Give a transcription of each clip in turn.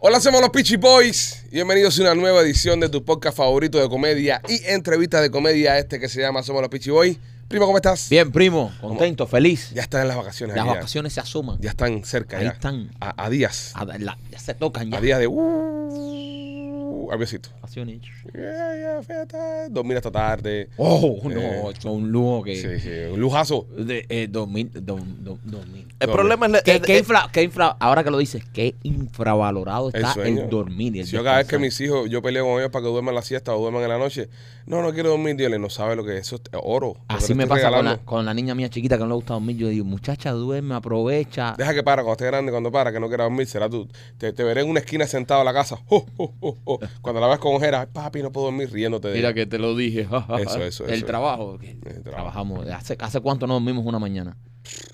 Hola, somos los Peachy Boys. Bienvenidos a una nueva edición de tu podcast favorito de comedia y entrevistas de comedia, este que se llama Somos los Peachy Boys. Primo, ¿cómo estás? Bien, primo, contento, feliz. Ya están las vacaciones. Las aquí, ya. vacaciones se asoman. Ya están cerca. Ahí ya. están. A, a días. A- la- ya se tocan ya. A días de... Uh, a besito. Vacaciones. Yeah, yeah, fiesta. Dormir hasta tarde. Oh, no, Eh. esto es un lujo que. Sí, sí, un lujazo. De, eh, 2000, dom- dom- 2000. El Doble. problema es, la- eh, ¿Qué, es- qué es- infra, qué infra- ahora que lo dices, qué infravalorado El está el, sueño. dormir. y el Si yo cada vez que mis descansar. hijos, yo peleo con ellos para que duerman la siesta o duerman en la noche, no, no quiero dormir, Dios no sabe lo que es eso, es oro. lo que Así te me estoy pasa con regalando. la, con la niña mía chiquita que no le gusta dormir. Yo digo, muchacha, duerme, aprovecha. Deja que para, cuando esté grande, cuando para, que no quiera dormir, será tú. Te, te veré en una esquina sentado en la casa. Jo, jo, jo, jo. Cuando la ves con ojeras, "Ay, papi, no puedo dormir riéndote. de Eh, Mira que te lo dije. Eso, eso, El eso. trabajo. que trabajo. Trabajamos. ¿Hace, ¿Hace cuánto no dormimos una mañana? Eso,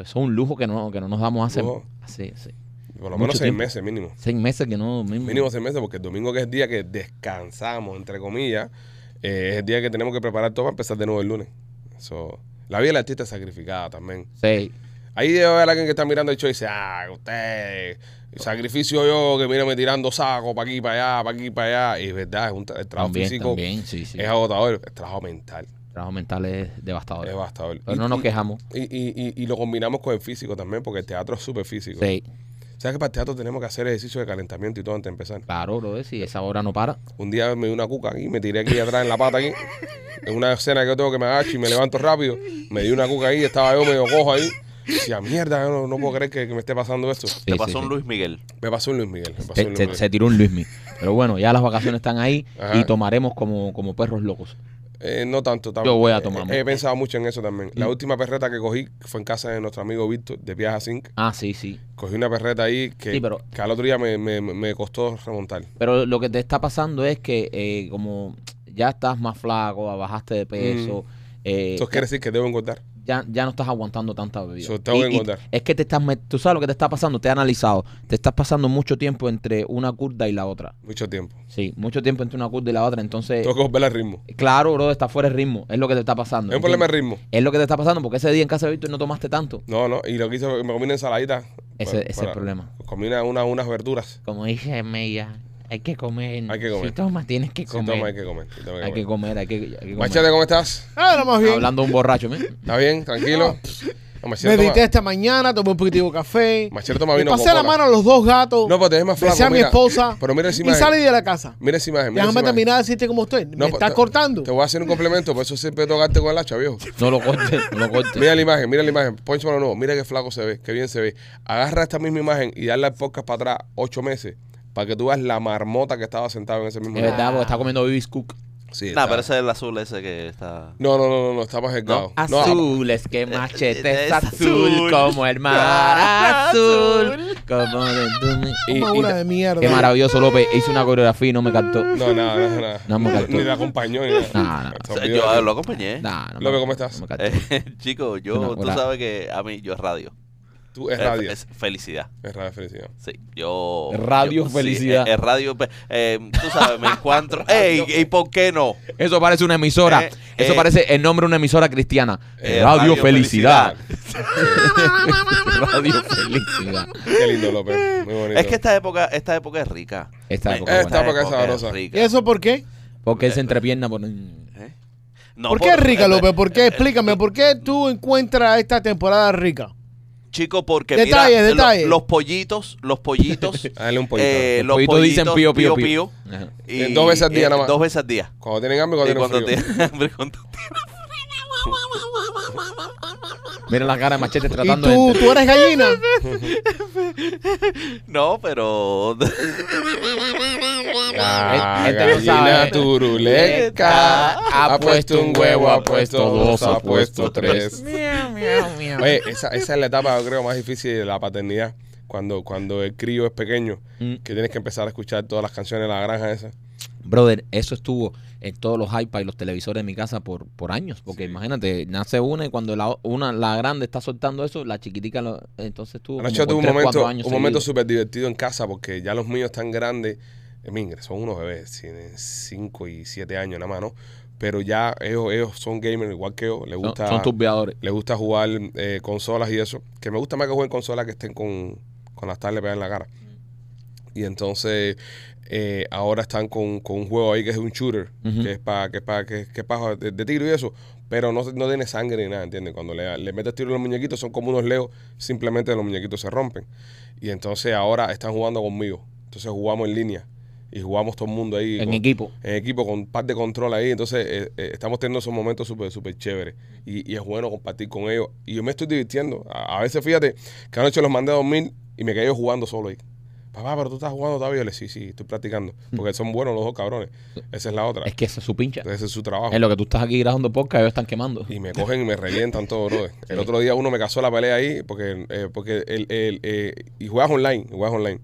eso es un lujo que no, que no nos damos hace, Lujo. hace- hace Por lo mucho menos seis tiempo. meses mínimo. seis meses que no dormimos. Mínimo seis meses, porque el domingo que es el día que descansamos, entre comillas, eh, es el día que tenemos que preparar todo para empezar de nuevo el lunes. Eso. la vida del artista es sacrificada también. Sí. Ahí debe haber alguien que está mirando el show y dice, ah, usted, sacrificio yo, que mírame tirando saco para aquí, para allá, para aquí, para allá. Y es verdad, es un tra- el trabajo También, físico también, sí, sí. es agotador, el trabajo mental El trabajo mental es devastador. es devastador. Pero Y- no nos y- quejamos. Y, y- y- y lo combinamos con el físico también, porque el teatro es súper físico. Sí, ¿Sabes que para el teatro tenemos que hacer ejercicio de calentamiento y todo antes de empezar? claro, lo es. Y esa hora no para. Un día me dio una cuca aquí, me tiré aquí atrás en la pata aquí. En una escena que yo tengo que me agacho y me levanto rápido. Me dio una cuca ahí, estaba yo medio cojo ahí. Decía, mierda, yo no, no puedo creer que, que me esté pasando esto. Sí, te sí, sí. pasó un Luis Miguel. Me pasó un Luis Miguel. Me pasó un Se, Luis se- Miguel. se tiró un Luismi. Pero bueno, ya las vacaciones están ahí Ajá. y tomaremos como, como perros locos. Eh, no tanto, también. Yo voy a tomar, Mm. He, amor. pensado mucho en eso también. La última perreta que cogí fue en casa de nuestro amigo Víctor, de Viaja Zinc. Ah, sí, sí. Cogí una perreta ahí que, Sí, pero- Eh, que al otro día me, me- me costó remontar. Pero lo que te está pasando es que eh, como ya estás más flaco, bajaste de peso, eh, Mm. Eso quiere decir que debo engordar. ya, ya no estás aguantando tanta bebida. So, tengo que engordar. es que te estás, met- tú sabes lo que te está pasando, te he analizado, te estás pasando mucho tiempo entre una curda y la otra. Mucho tiempo. Sí, mucho tiempo entre una curva y la otra. Entonces, Tengo que volver al ritmo. claro, bro, está fuera el ritmo. Es lo que te está pasando. Es un problema de ¿entiendes? ritmo. Es lo que te está pasando porque ese día en casa de Víctor no tomaste tanto. No, no. Y lo que hice fue que me comí una ensaladita. Ese- para- ese es el para- problema. Comí una- una- unas verduras. Como dice Mella, hay que comer. Hay que comer. Si tomas, tienes que Sí, comer. toma, hay que comer. sí, toma, hay hay que que comer. comer, hay que, hay que comer. Machete, ¿cómo estás? Ahora Ah, más bien. Hablando de un borracho, ¿me? ¿Estás bien? ¿Tranquilo? No, machete, Medité toma, esta mañana, tomé un poquitivo de café. machete toma Le vino. con pasé la cola. mano a los dos gatos. No, pero te ves más flaco. besé a mi mira. esposa. Pero mira encima y de- salí de la casa. Mira esa imagen. Mira esa Déjame imagen. terminar de decirte cómo estoy. No, pues me estás te- cortando. Te voy a hacer un complemento, por eso siempre tocarte con el hacha, viejo. No lo cortes, no lo cortes. Mira la imagen, mira la imagen. Poncho no, mira qué flaco se ve, qué bien se ve. Agarra esta misma imagen y dale al podcast para atrás ocho meses para que tú veas la marmota que estaba sentado en ese mismo Es verdad, porque está comiendo Baby's Cook. Sí, Nah, está- pero ese es el azul ese que está. No, no, no, no, no, está más delgado. No, Azul, es que machete es Es azul azul. como el mar azul. Como de y- Una y- hora de mierda. Qué maravilloso, López. Hice una coreografía y no me cantó. no, nada, nada, nada. No, me ni captó. la acompañó. Ni nada. No, no. Está O sea, olvidado. yo ah, lo acompañé. Nah, no me- López, ¿cómo estás? no me captó. Eh, chico, yo, Una tú hora. sabes que a mí, yo es radio. Tú es radio. Es, Es, felicidad. radio felicidad. Sí, yo. Radio yo- sí, felicidad. eh, es radio. pe- eh, tú sabes, me encuentro. ¡Ey! ¿Y por qué no? Eso parece una emisora. Eh, Eso eh. parece el nombre de una emisora cristiana. Eh, Radio, Radio Felicidad. Radio Felicidad. Qué lindo, López. Muy bonito. Es que este- esta época, esta época es rica. Esta Me- época es buena. Esta época es sabrosa. rica. ¿Y eso por qué? Porque él se entrepierna por. ¿Eh? No, ¿Por qué es rica, este- eh, López? ¿Por qué? Explícame, ¿por qué tú encuentras esta temporada rica? Chico, porque Detalles, mira, lo- detalles. los pollitos, los pollitos, Dale un poquito. eh, los pollitos pollitos dicen pío, pío, pío. Ajá. y, Eh, dos veces al día nada más. Dos veces al día. cuando tienen hambre, Y cuando cuando tienen te, frío. hambre, cuando te- Mira la cara de Machete ¿Y tratando tú, de. tú eres gallina? No, pero Ah, Este- este no gallina sabe. turuleca. Ha puesto un huevo, ha puesto dos, ha puesto tres. Oye, esa, esa es la etapa, yo creo, más difícil de la paternidad. Cuando, cuando el crío es pequeño, Mm. que tienes que empezar a escuchar todas las canciones de la granja esa. Brother, eso estuvo en todos los iPads y los televisores de mi casa por, por años. Porque imagínate, nace una y cuando la, o- una, la grande está soltando eso, la chiquitica, lo- entonces estuvo. como Anoche yo por tuve un tres, cuatro momento, años un momento seguidos. súper divertido en casa porque ya los míos están grandes. Eh, Mingre, son unos bebés, tienen 5 y 7 años nada más, ¿no? Pero ya ellos, ellos son gamers igual que yo, les Son, gusta, son turbeadores. les gusta jugar eh, consolas y eso. Que me gusta más que jueguen consolas que estén con, con las tablets pegadas en la cara. Mm. Y entonces eh, ahora están con, con un juego ahí que es un shooter, Ujú. que es para que es pa- que, que es pa- de, de tiro y eso, pero no, no tiene sangre ni nada, ¿entiendes? Cuando le, le metes tiro a los muñequitos son como unos leos, simplemente los muñequitos se rompen. Y entonces ahora están jugando conmigo. Entonces jugamos en línea y jugamos todo el mundo ahí. en con- equipo. en equipo con un par de control ahí. Entonces, eh, eh, estamos teniendo esos momentos súper, súper chéveres. Y, y es bueno compartir con ellos. Y yo me estoy divirtiendo. A, a veces, fíjate, que anoche los mandé a dormir y me quedé yo jugando solo ahí. Papá, pero tú estás jugando todavía. Yo le sí, sí, estoy practicando. Porque son buenos los dos cabrones. Esa es la otra. Mm. Es que esa es su pincha. Ese es su trabajo. En lo que tú estás aquí grabando podcast, ellos están quemando. Y me cogen y me revientan todo, brother. El otro día uno me casó la pelea ahí porque, eh, porque el, el, eh, y juegas online, juegas online.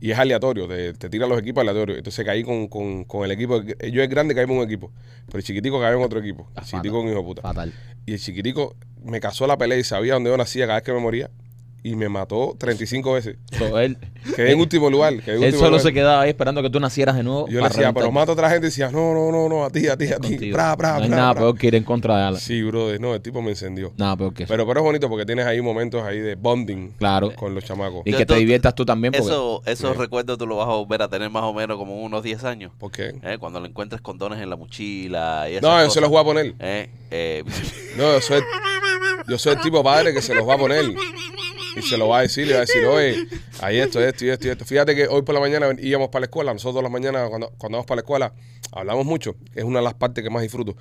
Y es aleatorio, te, te tiran los equipos aleatorios. Entonces caí con, con, con el equipo. Yo es grande, caí con un equipo. Pero el chiquitico cayó en otro equipo. Ah, El chiquitico fatal. es un hijo de puta. Fatal. Y el chiquitico me casó la pelea y sabía dónde yo nacía cada vez que me moría. Y me mató 35 veces. So, él, Quedé en último lugar. quedé en él último solo lugar. se quedaba ahí esperando que tú nacieras de nuevo. Yo le para decía, pero reventarte mato a otra gente. Y decía, no, no, no, no, a ti, a ti, a ti. contigo. Pra, pra, no hay pra, nada pra. peor que ir en contra de Alan. Sí, brother, no, el tipo me encendió. Nada peor que eso. Pero, eh, pero es bonito porque tienes ahí momentos ahí de bonding Claro. con los chamacos. Y Yo que te to- diviertas tú también. Porque Eso, esos Sí. recuerdos tú los vas a volver a tener más o menos como unos 10 años. ¿Por qué? ¿eh? Cuando le encuentres condones en la mochila y esas No, yo cosas. se los voy a poner. ¿eh? Eh, No, yo soy, yo soy el tipo de padre que se los va a poner. Y se lo va a decir, le va a decir, oye, hay esto, esto y esto y esto. Fíjate que hoy por la mañana ven- íbamos para la escuela. Nosotros todas las mañanas cuando, cuando vamos para la escuela hablamos mucho. Es una de las partes que más disfruto.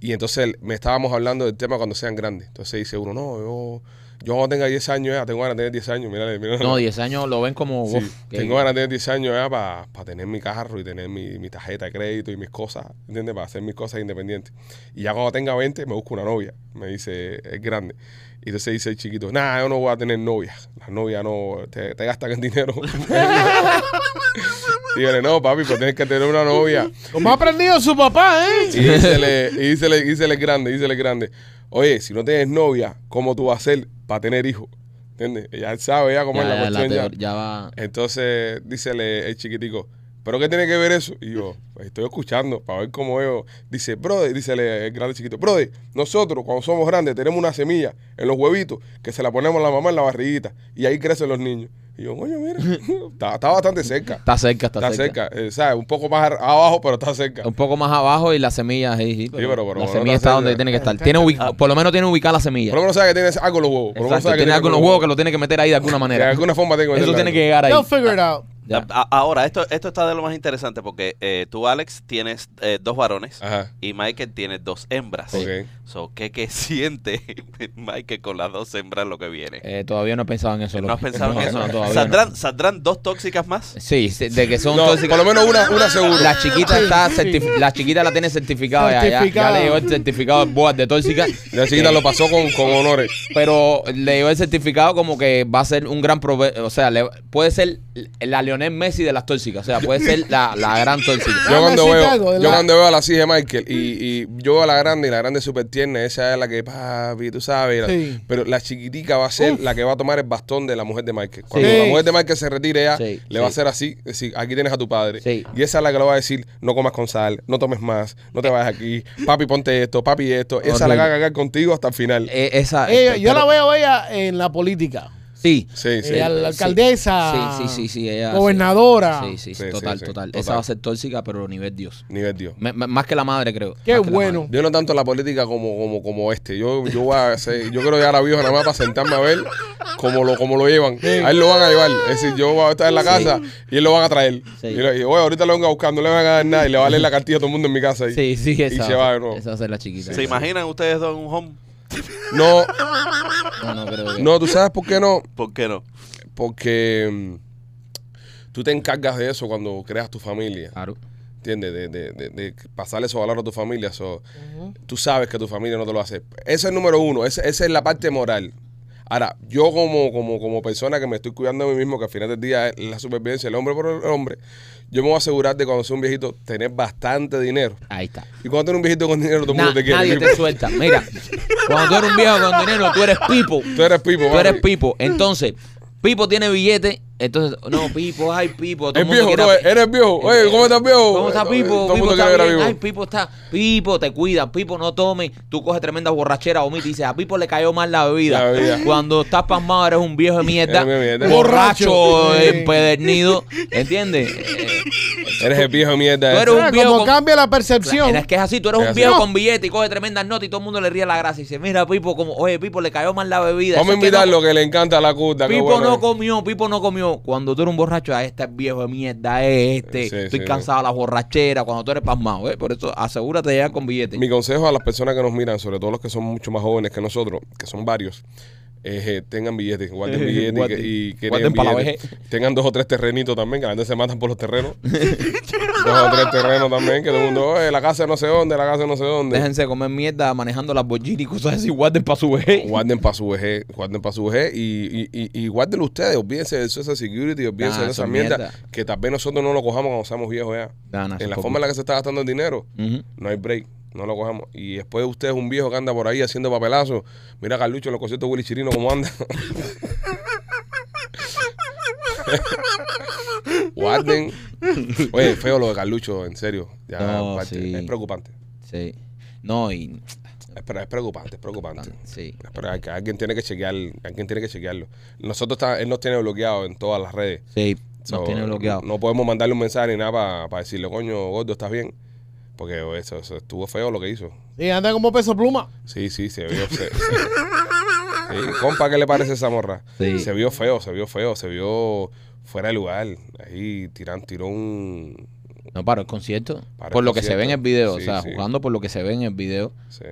Y entonces el- me estábamos hablando del tema cuando sean grandes. Entonces dice uno, no, yo, yo cuando tenga 10 años, ya tengo ganas de tener 10 años. Mira, mira, No, 10 años lo ven como. Sí, "Uf, que- tengo ganas de tener 10 años ya para tener mi carro y tener mi, mi tarjeta de crédito y mis cosas, ¿entiendes? Para hacer mis cosas independientes. Y ya cuando tenga 20 me busco una novia, me dice, es grande. Y entonces dice el chiquito, nah, yo no voy a tener novia, las novias no, te, te gastan el dinero. y yo le, no, papi, pues tienes que tener una novia. Como ha aprendido su papá, ¿eh? Y dísele, y dísele, y dísele grande, dísele grande. Oye, si no tienes novia, ¿cómo tú vas a hacer para tener hijos? ¿Entiendes? Ya él sabe ya cómo ya, es la ya, la cuestión ya. teor- ya va. Entonces, dice el chiquitico, ¿pero qué tiene que ver eso? Y yo, "Pues estoy escuchando para ver cómo veo. Dice, brother, dice el grande chiquito, brother, nosotros cuando somos grandes tenemos una semilla en los huevitos que se la ponemos a la mamá en la barriguita y ahí crecen los niños. Y yo, coño, mira, está, está bastante cerca. Está, Está cerca, está, cerca. Oh, cerca, eh, ¿sabes? Un poco más ar- abajo, pero está cerca. Un poco más abajo y la semilla. Sí, sí, pero pero- pero la no semilla la está donde semilla. tiene que estar. Tiene ubica- por lo menos tiene ubicada la semilla. Por lo menos sabe que tienes algo en los huevos. Por lo menos Exacto, sabe que tiene algo en los algo huevos que lo tiene que meter ahí de alguna De manera. alguna forma tengo Eso tiene que llegar ahí. They'll figure it out. Ya. a- ahora, esto, esto está de lo más interesante porque eh, tú, Alex, tienes eh, dos varones Ah. Ajá, y Michael tiene dos hembras. ok. So, ¿qué, qué siente Michael con las dos hembras lo que viene? Eh, todavía no he pensado en eso. ¿No loco. has pensado en No, eso? no, todavía no. ¿Saldrán, ¿Saldrán dos tóxicas más? Sí, sí, de que son No, tóxicas. por lo menos una, una segura. La chiquita está certif- la chiquita la tiene certificada ya, ya, ya Certificada. le llegó el certificado de boas de tóxica. La chiquita lo pasó con, con honores. Pero le llegó el certificado como que va a ser un gran prove o sea, le- puede ser la Lionel Messi de las tóxicas, o sea, puede ser la, la gran tóxica. Ah, Yo cuando me veo, hiciste algo, yo ¿verdad? cuando veo a la hija de Michael y, y yo veo a la grande y la grande es súper tierna, esa es la que papi, tú sabes. la- Sí. Pero la chiquitica va a ser Uf. la que va a tomar el bastón de la mujer de Michael. Cuando Sí. la mujer de Michael se retire, ella Sí, le va a sí. hacer así, es decir, aquí tienes a tu padre. Sí. Y esa es la que lo va a decir, no comas con sal, no tomes más, no te vayas aquí, papi ponte esto, papi esto. Esa es la que va a cagar contigo hasta el final. Eh, esa Eh, yo la pero- veo ella en la política. Sí. Sí, sí. Eh, a la alcaldesa. Sí, sí, sí, sí, ella- Gobernadora. Sí, sí, sí, Sí, total, sí, sí, total, Esa total. va a ser tóxica, pero nivel Dios. Nivel Dios. Me- me- más que la madre, creo. Qué Más que la bueno. madre. Yo no tanto la política como, como, como este. Yo, yo voy a hacer- yo quiero llegar a viejo nada más para sentarme a ver cómo lo, cómo lo llevan. A él lo van a llevar. Es decir, yo voy a estar en la casa y él lo van a traer. Sí. Y, lo- y, oye, ahorita lo van a buscar, no le van a dar nada y le va a leer la cartilla a todo el mundo en mi casa. ahí. Sí, sí, esa. se va a va ser- de nuevo. Esa va a ser la chiquita. ¿Se imaginan ustedes dos en un home? No, No, no creo que- no, tú sabes por qué no. ¿Por qué no? Porque mm, tú te encargas de eso cuando creas tu familia. Claro. ¿Entiendes? De, de, de, de pasarle esos valores a tu familia. so- Tú sabes que tu familia no te lo hace. Ese es número uno. Ese- esa es la parte moral. Ahora, yo como, como, como persona que me estoy cuidando a mí mismo, que al final del día es la supervivencia del hombre por el hombre, yo me voy a asegurar de cuando sea un viejito tener bastante dinero. Ahí está. Y cuando tienes un viejito con dinero, todo el Na- mundo te quiere. nadie Pipo. te suelta. Mira, cuando tú eres un viejo con dinero, tú eres pipo. Tú eres pipo, Tú eres papi. pipo. Entonces, pipo tiene billete Entonces, no, Pipo, ay, Pipo. todo Es el mundo viejo, quiere a no, Pipo. eres viejo. Oye, ¿cómo estás, viejo? ¿Cómo está Eh, Pipo? Todo el Pipo mundo está quiere ver a bien. Ay, Pipo. Pipo está. Pipo te cuida. Pipo no tome. Tú coges tremenda borrachera o y dices, a Pipo le cayó mal la bebida. La bebida. Cuando estás pasmado eres un viejo de mierda. Eres de mierda. Borracho, eh, Borracho. empedernido. ¿Entiendes? Eh, Eres el viejo mierda. Tú ese. eres un Mira, viejo Ah, como con- cambia la Claro, percepción. Es que es así, tú eres Es un así. viejo No. con billete y coge tremendas notas y todo el mundo le ríe la gracia y dice, mira, Pipo, como, oye, Pipo le cayó mal la bebida. Vamos a Eso es que no- invitarlo, que le encanta la curda. qué Pipo bueno no es. comió, Pipo no comió. Cuando tú eres un borracho, ah, este es viejo de mierda, es este. Sí, Estoy sí. cansado de la borrachera cuando tú eres pasmado, ¿eh? Por eso asegúrate de llegar con billete. Mi consejo a las personas que nos miran, sobre todo los que son mucho más jóvenes que nosotros, que son varios, es eh, tengan billetes, guarden billetes y que- y, que Guarden para la Tengan dos o tres terrenitos también, que a veces se matan por los terrenos. dos o tres terrenos también, que todo el mundo, "Oye, la casa no sé dónde, la casa no sé dónde. Déjense comer mierda manejando las Lamborghini y cosas así, guarden para su vejez. Guarden para su vejez, guarden para su vejez y, y, y, y guárdenlo ustedes, olvídense de Social Security, olvídense Ah, de esa son mierda, mierda. que tal vez nosotros no lo cojamos cuando seamos viejos ya. Nah, nah, eso en la es forma en la que se está gastando el dinero, Ujú. no hay break, no lo cojamos. Y después usted es un viejo que anda por ahí haciendo papelazos. Mira a Carlucho en los conciertos de Willy Chirino cómo anda. Guarden. Oye, feo lo de Carlucho, en serio. Ya, No, parte- sí. Es preocupante. Sí. No, y. Es, pero es preocupante, es preocupante. Sí. Pero hay que- alguien tiene que chequear, alguien tiene que chequearlo. Nosotros está- él nos tiene bloqueado en todas las redes. Sí. Nos So, tiene bloqueado. No podemos mandarle un mensaje ni nada para decirle, coño, gordo, estás bien. Porque eso, eso estuvo feo lo que hizo. Y anda como peso pluma. Sí, sí, se vio. se- se- Sí, compa, ¿qué le parece esa morra? Sí. Se vio feo, se vio feo, se vio fuera de lugar. Ahí tiran, tiró un. No, para el concierto. Para por el lo que se ve en el concierto. video. Sí, o sea, sí. jugando por lo que se ve en el video. sí,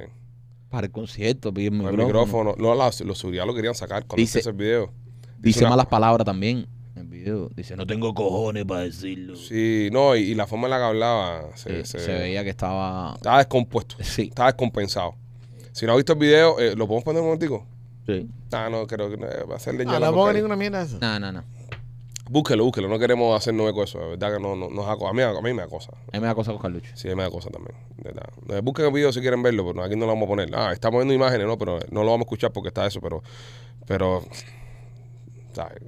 Para el concierto, pide el con micrófono. el micrófono. No, la- los seguridad lo querían sacar cuando Dice- hizo el video. Dice una- malas palabras también. En el video. Dice, no tengo cojones para decirlo. Sí, no, y, y la forma en la que hablaba se, Sí, se- se veía que estaba. Estaba descompuesto, Sí. estaba descompensado. Si no has visto el video, eh, ¿lo podemos poner un momentico? Sí. Ah, no, creo que no, eh, va a ser Ah, leña. no la pongo porquería. ninguna mierda eso. No, no, no. A Búsquelo, búsquelo. No queremos hacer nueve cosas. De verdad que no, no, nos aco- a, mí, a mí me da cosa. mí me da cosa buscar lucha. Sí, me da cosa también. de verdad. Eh, Busquen el video si quieren verlo, pero aquí no lo vamos a poner. Ah, estamos viendo imágenes, ¿no? Pero no lo vamos a escuchar porque está eso, pero. Pero. ¿sabes?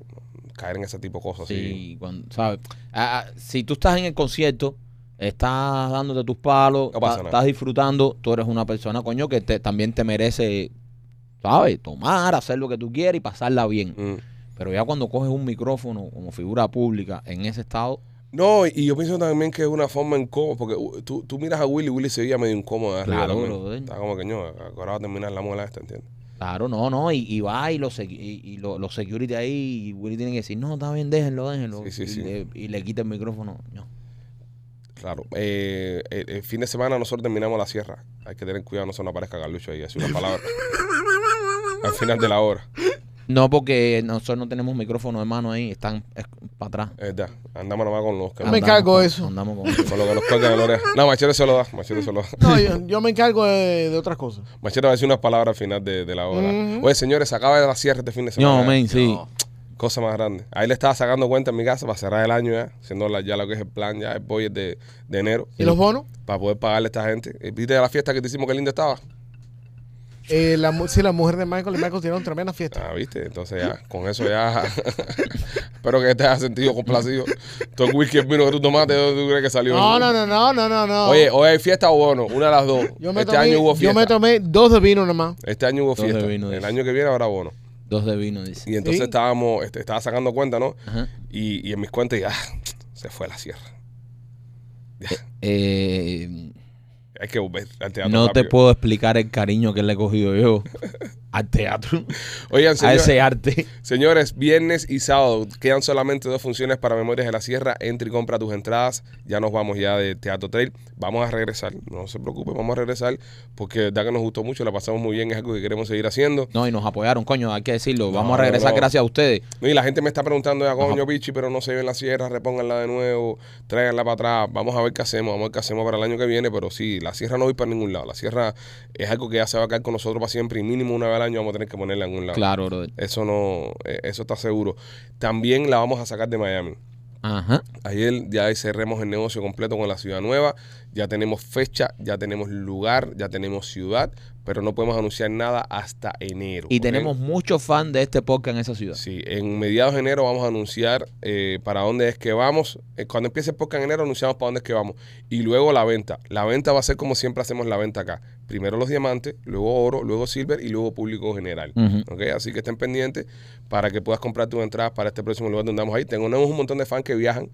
Caer en ese tipo de cosas, Pues sí. Sí, cuando, ¿sabes? Ah, ah, si tú estás en el concierto, estás dándote tus palos, No pasa ta- nada. estás disfrutando, tú eres una persona, coño, que te- también te merece, ¿sabes? Tomar, hacer lo que tú quieras y pasarla bien. Mm. Pero ya cuando coges un micrófono como figura pública en ese estado, No, y yo pienso también que es una forma incómoda, porque uh, tú, tú miras a Willy, Willy se veía medio incómodo de arriba Claro, también. brother. Está como que no, ahora va a terminar la muela esta, ¿entiendes? claro, no, no, y, y va y los, secu- y, y lo- los security ahí, y Willy tiene que decir, no, está bien, déjenlo, déjenlo. Sí, sí, y, sí. Le, y le quita el micrófono. No. Claro. Eh, el, el fin de semana nosotros terminamos la sierra. Hay que tener cuidado, no se nos aparezca Carlucho ahí, así una palabra. Al final de la hora. No, porque nosotros no tenemos micrófono de mano ahí, están para atrás. Es verdad. Andamos nomás con los que Me encargo con- de eso. Andamos con Con lo que nos cuelgan de la oreja. No, Machete se lo da. Machete se lo da. No, yo, yo me encargo de, de otras cosas. Machete va a decir unas palabras al final de, de la hora. Ujú. Oye, señores, se acaba de la cierre este fin de semana. No, men, sí. No. Cosa más grande. Ahí le estaba sacando cuenta en mi casa para cerrar el año ya. Siendo la- ya lo que es el plan, ya el boy de, de enero. ¿Y los bonos? Para poder pagarle a esta gente. Eh, ¿Viste la fiesta que te hicimos? Qué linda estaba. Eh, la, mu- sí, la mujer de Michael y Michael tienen tremenda fiesta. Ah, viste. Entonces ya, con eso ya. Espero que te hayas sentido complacido. Todo el whisky, el vino que tú tomaste, ¿de dónde tú crees que salió? No, no, no, no, no, no, no. Oye, hoy hay fiesta o bono. Una de las dos. yo me, este tomé, año hubo yo fiesta. me tomé dos de vino nomás. Este año hubo Dos de fiesta. vino el de eso. año que viene habrá bono. Dos de vino, dice. Y entonces Sí. estábamos, este, estaba sacando cuenta, ¿no? Ajá. Y, y en mis cuentas, ya, se fue la sierra. Eh, Hay que volver al teatro. no te rápido. puedo explicar el cariño que le he cogido yo al teatro, Oigan, a señor- ese arte. señores, viernes y sábado quedan solamente dos funciones para Memorias de la Sierra. Entra y compra tus entradas. Ya nos vamos ya de Teatro Trail. Vamos a regresar. No se preocupen, vamos a regresar porque de verdad que nos gustó mucho, la pasamos muy bien, es algo que queremos seguir haciendo. No, y nos apoyaron, coño, hay que decirlo. No, Vamos a regresar no. gracias a ustedes. No, y la gente me está preguntando ya, coño, Ajá. Pichi, pero no se ve en la sierra, repónganla de nuevo, tráiganla para atrás, vamos a ver qué hacemos, vamos a ver qué hacemos para el año que viene, pero sí, la sierra no va a ir para ningún lado, la sierra es algo que ya se va a quedar con nosotros para siempre y mínimo una vez al año vamos a tener que ponerla en algún lado. Claro, brother. Eso no, eh, eso está seguro. También la vamos a sacar de Miami. Ajá. Ayer ya cerremos el negocio completo con la Ciudad Nueva ya tenemos fecha, ya tenemos lugar, ya tenemos ciudad, pero no podemos anunciar nada hasta enero. Y ¿ok? tenemos muchos fans de este podcast en esa ciudad. Sí, en mediados de enero vamos a anunciar eh, para dónde es que vamos. Eh, cuando empiece el podcast en enero anunciamos para dónde es que vamos. Y luego la venta. La venta va a ser como siempre hacemos la venta acá. Primero los diamantes, luego oro, luego silver y luego público general. Ujú. ¿Ok? Así que estén pendientes para que puedas comprar tus entradas para este próximo lugar donde vamos a ir. Tenemos un montón de fans que viajan,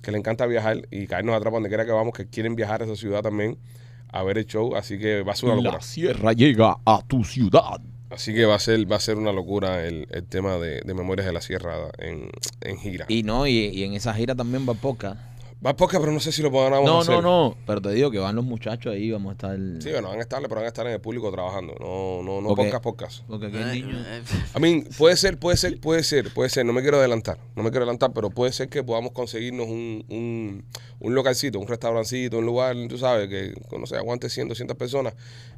que le encanta viajar y caernos atrás donde quiera que vamos, que quieren viajar a esa ciudad también a ver el show. Así que va a ser una locura. La sierra llega a tu ciudad. Así que va a ser, va a ser una locura el, el tema de, de Memorias de la Sierra en, en gira. Y no, y, y en esa gira también va el podcast. Va poca, pero no sé si lo podamos No, hacer. no, no. Pero te digo que van los muchachos ahí, vamos a estar. Sí, bueno, van a estar, pero van a estar en el público trabajando. No, no, no Ok. pocas, pocas. Porque aquí el niño. A mí, puede ser, puede ser, puede ser, puede ser. No me quiero adelantar, no me quiero adelantar, pero puede ser que podamos conseguirnos un, un, un localcito, un restaurancito, un lugar, tú sabes, que no sé, aguante 100, 200 personas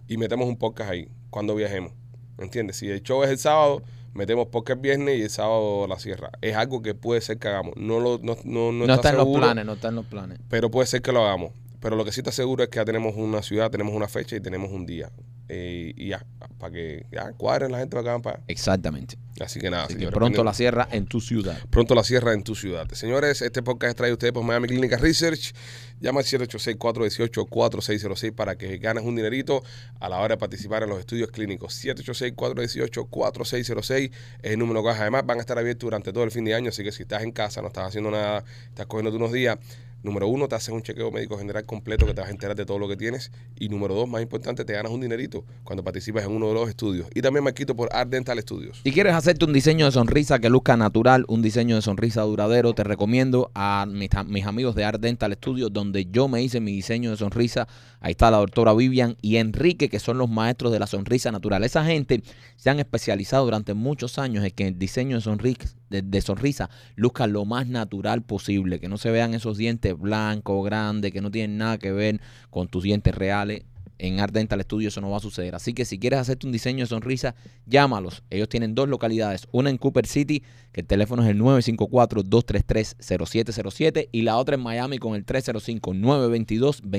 y metemos un podcast ahí cuando viajemos. ¿Entiendes? Si el show es el sábado, metemos podcast el viernes y el sábado la sierra. Es algo que puede ser que hagamos. No, lo, no, no, No, no, está en los seguro. planes, no está en los planes. pero puede ser que lo hagamos. Pero lo que sí está seguro es que ya tenemos una ciudad, tenemos una fecha y tenemos un día. Eh, y ya, para que ya cuadren la gente para acá. Para... Exactamente. Así que nada, Así que señores, pronto pendientes. la sierra en tu ciudad. Pronto la cierra en tu ciudad. Señores, este podcast trae ustedes por Miami Clinic Research. Llama al 786-418-4606 para que ganes un dinerito a la hora de participar en los estudios clínicos. 786-418-4606 es el número que baja. Además, van a estar abiertos durante todo el fin de año, así que si estás en casa, no estás haciendo nada, estás cogiendo unos días. Número uno, te haces un chequeo médico general completo que te vas a enterar de todo lo que tienes. Y número dos, más importante, te ganas un dinerito cuando participas en uno de los estudios. Y también me quito por Art Dental Studios. Si quieres hacerte un diseño de sonrisa que luzca natural, un diseño de sonrisa duradero, te recomiendo a mis, a- mis amigos de Art Dental Studio, donde yo me hice mi diseño de sonrisa. Ahí está la doctora Vivian y Enrique, que son los maestros de la sonrisa natural. Esa gente se han especializado durante muchos años en que el diseño de, sonri- de- de sonrisa luzca lo más natural posible, que no se vean esos dientes blancos, grandes, que no tienen nada que ver con tus dientes reales. En Art Dental Studio eso no va a suceder. Así que si quieres hacerte un diseño de sonrisa, llámalos. Ellos tienen dos localidades, una en Cooper City, que el teléfono es el 954-233-0707, y la otra en Miami con el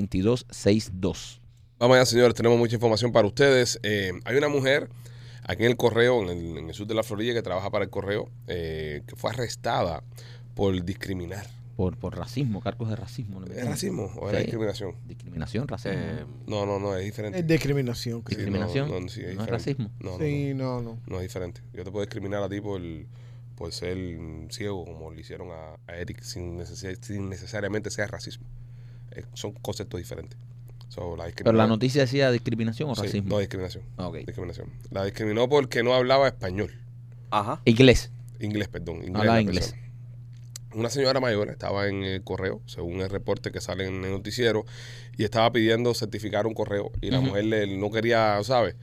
305-922-2262. Vamos allá, señores, tenemos mucha información para ustedes. Eh, hay una mujer aquí en el correo, en el, en el sur de la Florida, que trabaja para el correo, eh, que fue arrestada por discriminar. Por, por racismo, cargos de racismo. ¿no? ¿Es racismo o es Sí. discriminación? Discriminación, racismo. Eh, No, no, no, es diferente. Eh, Es discriminación. creo. Sí, discriminación, no es diferente. racismo. No, no, Sí, no, no. no, no es diferente. Yo te puedo discriminar a ti por, por ser ciego, como le hicieron a, a Eric, sin, neces- sin necesariamente sea racismo. Eh, son conceptos diferentes. So, la Pero la discriminaron- noticia decía discriminación o Sí, racismo. no, discriminación. Ah, ok. Discriminación. La discriminó porque no hablaba español. Ajá. Inglés. Inglés, perdón. Inglés Hablaba la inglés. persona. Una señora mayor estaba en el correo, según el reporte que sale en el noticiero, y estaba pidiendo certificar un correo. Y la Ujú. mujer le- no quería, ¿sabes?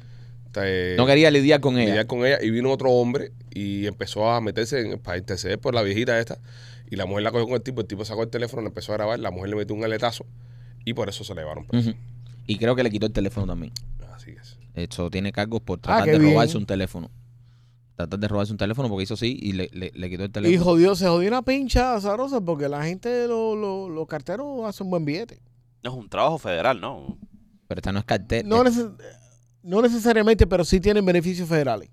Te- No quería lidiar con ella. Eh, lidiar con ella. Y vino otro hombre y empezó a meterse en- para interceder por la viejita esta. Y la mujer la cogió con el tipo, el tipo sacó el teléfono, le empezó a grabar, la mujer le metió un aletazo y por eso se le llevaron preso. Ujú. Y creo que le quitó el teléfono también. Así es. Eso tiene cargos por tratar Ah, qué de bien. robarse un teléfono. Tratar de robarse un teléfono porque hizo sí y le, le- le quitó el teléfono. Y jodió, se jodió una pincha zarosa porque la gente, lo- lo- los carteros hacen buen billete. No es un trabajo federal, ¿no? Pero esta no es cartel. No, es- neces- no necesariamente, pero sí tienen beneficios federales.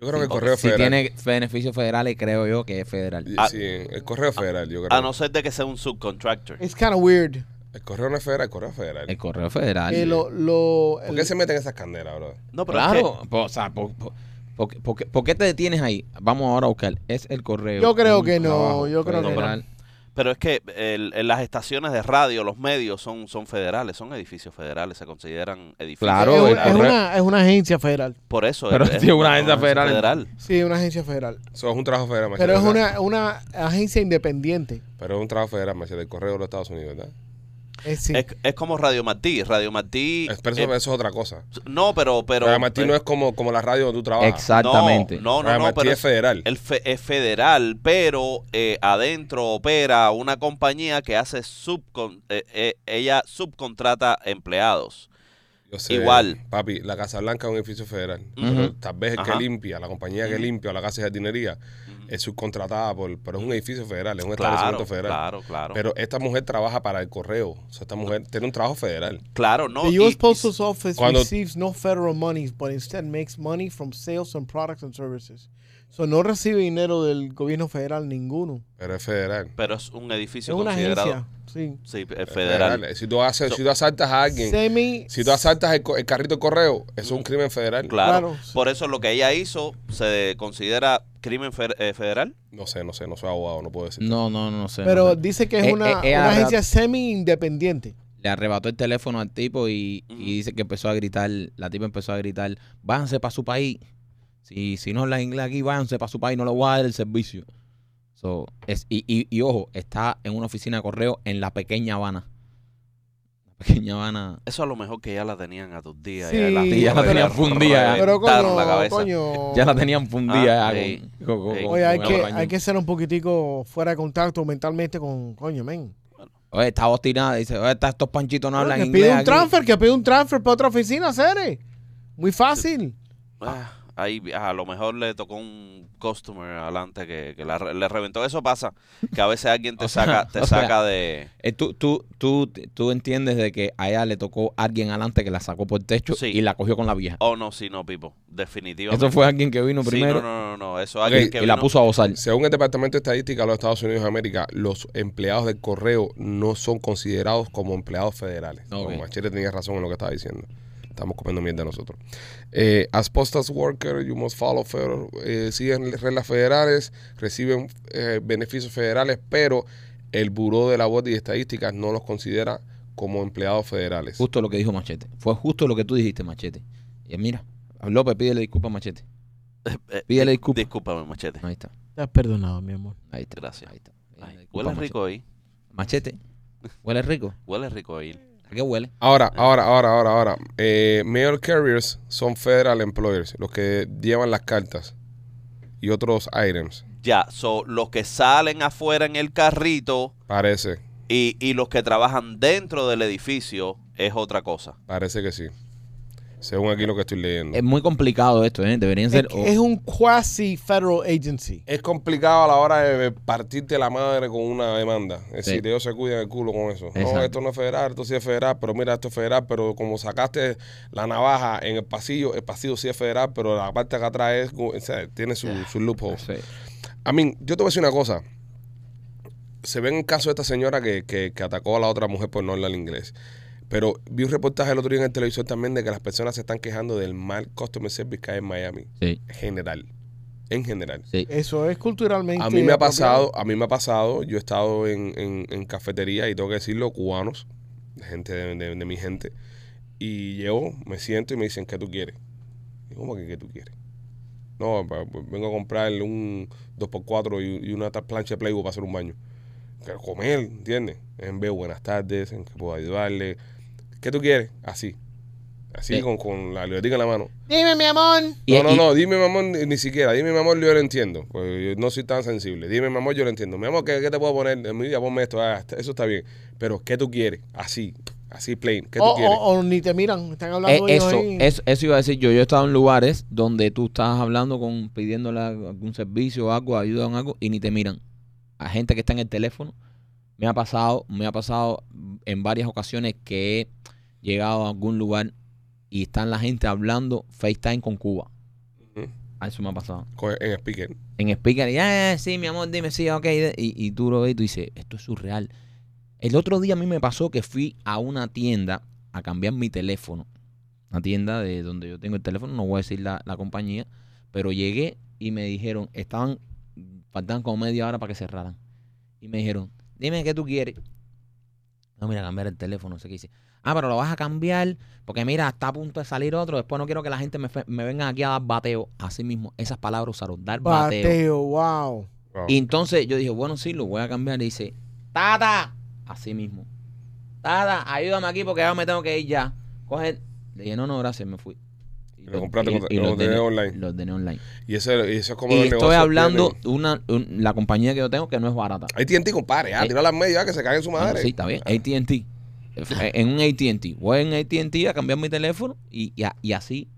Yo creo que el porque correo si federal. tiene beneficios federales, creo yo que es federal. Ah. Sí, el correo federal, yo creo. A no ser de que sea un subcontractor. Es kind of weird. El correo no es federal, el correo es federal. El pues correo federal. que lo, lo- ¿Por qué se meten esas candelas, bro? No, pero es claro. po- o sea, po- po- po- po- ¿por, qué, por qué te detienes ahí? Vamos ahora a buscar. Es el correo. Yo creo Un que no, trabajo yo creo que no. federal. que- pero es que el- el- las estaciones de radio, los medios son, son federales, son edificios federales, se consideran edificios. Claro, es, el un- es correo- una, es una agencia federal. Por eso. Pero es- es si una agencia federal- Sí, una agencia federal. Eso es un trabajo federal, Machete, Pero es ¿verdad? una, una agencia independiente. Pero es un trabajo federal, Machete, el correo de los Estados Unidos, ¿verdad? Es, sí. Es, es como Radio Martí. Radio Martí. Es- pero eso, eh, eso es otra cosa. no, pero. pero pues, eh, Pero Martín no es como, como la radio donde tú trabajas. Exactamente. No, no, Radio no, Martí pero es federal. El fe- es federal, pero eh, adentro opera una compañía que hace subcon eh, eh, ella subcontrata empleados. Yo sé, igual. Papi, la Casa Blanca es un edificio federal. Ujú. Pero tal vez el que Ajá. limpia, la compañía que Ujú. limpia, la casa de jardinería, Ujú. es subcontratada por, pero es un edificio federal, es un Claro, establecimiento federal. claro, claro. Pero esta mujer trabaja para el correo. O sea, esta mujer tiene un trabajo federal. claro, no. the y- U.S. Postal Office Cuando- receives no federal monies, but instead makes money from sales on products and services. So no recibe dinero del gobierno federal ninguno. Pero es federal. pero es un edificio es una considerado. agencia. Sí. Sí, es Es eh. federal. Si tú, haces, So- si tú asaltas a alguien, Semi. si tú asaltas el, co- el carrito de correo, eso es un crimen federal. Claro. Claro, sí. Por eso lo que ella hizo se considera crimen fe- eh, federal. No sé, no sé, no soy abogado, no puedo decir. No, no, no sé. no Pero sé. dice que es Eh, una, eh, eh, una arra- agencia semi-independiente. le arrebató el teléfono al tipo y, y Ujú. dice que empezó a gritar, la tipa empezó a gritar, váyanse para su país. Si, si no hablan inglés aquí, váyanse para su país, no le voy a dar el servicio. So, es, y, y- y ojo, está en una oficina de correo en la pequeña Habana. La pequeña Habana. Eso a lo mejor que ya la tenían a tus días. Sí, ya la tenían fundida. Pero reventaron coño, la cabeza. coño. Ya la tenían fundida. Ah, ya sí. con- con- Sí. con- Oye, hay con que, el hay que ser un poquitico fuera de contacto mentalmente con coño, men. Oye, está obstinada. Dice, oye, está- estos panchitos no hablan que inglés. pide un aquí". transfer, que pide un transfer para otra oficina, Cere. Muy fácil. Ah, ahí, ah, a lo mejor le tocó un customer adelante que, que la re- le reventó. Eso pasa, que a veces alguien te O sea, saca, te o sea, saca de... Eh, tú, tú, tú, tú entiendes de que a ella le tocó alguien adelante que la sacó por el techo Sí. y la cogió con la vieja. Oh, no, sí, no, Pipo. Definitivamente. Eso fue alguien que vino Sí, primero no, no, no, no, Eso alguien que y la vino- puso a gozar. Según el Departamento de Estadística de los Estados Unidos de América, los empleados del correo no son considerados como empleados federales. Ok. Como Machete tenía razón en lo que estaba diciendo. Estamos comiendo mierda nosotros. Eh, as postal worker, you must follow federal, eh, siguen reglas federales, reciben eh, beneficios federales, pero el Buró de Labor y Estadísticas no los considera como empleados federales. Justo lo que dijo Machete. Fue justo lo que tú dijiste, Machete. Y mira, López, pídele disculpas a Machete. eh, Pídele di- disculpas. Discúlpame, machete. Ahí está, Te has perdonado, mi amor. ahí está. Gracias. Ahí está. Pídele Ay, disculpas huele a rico ahí. Machete. Machete, Huele rico. Huele rico ahí. ¿A qué huele? Ahora, ahora, ahora, ahora, ahora. Eh, mail carriers son federal employers, los que llevan las cartas y otros items. Ya, so, los que salen afuera en el carrito Parece, y, y los que trabajan dentro del edificio es otra cosa. parece que sí. Según aquí lo que estoy leyendo. Es muy complicado esto, ¿eh? Deberían Es, ser. que es un quasi federal agency. Es complicado a la hora de partirte la madre con una demanda. Es Sí. decir, ellos se cuidan el culo con eso. No, Exacto. esto no es federal, esto sí es federal, pero mira, esto es federal, pero como sacaste la navaja en el pasillo, el pasillo sí es federal, pero la parte acá atrás es, o sea, tiene su, su o- loophole. Sí. A mí, yo te voy a decir una cosa. Se ve en el caso de esta señora que, que- que atacó a la otra mujer por no hablar inglés. Pero vi un reportaje el otro día en el televisor también de que las personas se están quejando del mal customer service que hay en Miami. Sí. En general. En general. sí. Eso es culturalmente. A mí me ha apropiado. pasado, a mí me ha pasado, yo he estado en, en, en cafetería y tengo que decirlo, cubanos, gente de, de- de mi gente, y llego, me siento y me dicen, ¿qué tú quieres? Y, ¿Cómo que qué tú quieres? No, pa- pa- vengo a comprar un 2x4 y, y una ta- plancha de Playboy para hacer un baño. Quiero comer, ¿entiendes? En vez, buenas tardes, en que puedo ayudarle. ¿Qué tú quieres? Así. Así, Sí. con, con la libretica en la mano. Dime, mi amor. Y- No, no, y- no, dime mi amor, ni, ni siquiera, dime mi amor, yo lo entiendo, porque yo no soy tan sensible. Dime mi amor, yo lo entiendo. Mi amor, ¿qué, qué te puedo poner? En mi vida ponme esto, ah, está- eso está bien. Pero, ¿qué tú quieres? Así, así plain, ¿qué tú O, quieres? o- o Oh, ni te miran, están Eh, hablando ellos eso, ahí. eso, eso iba a decir yo. Yo he estado en lugares donde tú estás hablando con, pidiéndole algún servicio o algo, ayuda en algo, y ni te miran. A gente que está en el teléfono. Me ha pasado, me ha pasado en varias ocasiones que he llegado a algún lugar y están la gente hablando FaceTime con Cuba. Ujú. Ah, Eso me ha pasado. Coge En speaker. En speaker, y, "Ah, sí, mi amor, dime, sí, ok. de- Y, y tú lo ves y tú dices, esto es surreal. El otro día a mí me pasó que fui a una tienda a cambiar mi teléfono. Una tienda de donde yo tengo el teléfono, no voy a decir la, la compañía, pero llegué y me dijeron, estaban, faltaban como media hora para que cerraran. Y me dijeron, dime qué tú quieres. No, mira, cambiar el teléfono, no sé qué dice. Ah, pero lo vas a cambiar porque mira, está a punto de salir otro. Después no quiero que la gente me, fe- me venga aquí a dar bateo. Así mismo, esas palabras usaron, dar bateo. Bateo, wow. Wow. Y entonces yo dije, bueno, sí, lo voy a cambiar. Y dice, Tata, así mismo. Tata, ayúdame aquí porque ya me tengo que ir ya. Coge. Le dije, no, no, gracias, me fui. Y Lo compraste y- con- y lo lo ordené ordené- online. lo ordené online. Y eso, y eso es como Y los estoy negocios hablando tienen- una, un- la compañía que yo tengo que no es barata. Ahí tiene compadre, ah, Eh. tira las medias que se caen en su Bueno, madre. sí, está bien. ATT. Eh, En un ATT. Voy en ATT a cambiar mi teléfono y, y a- y así.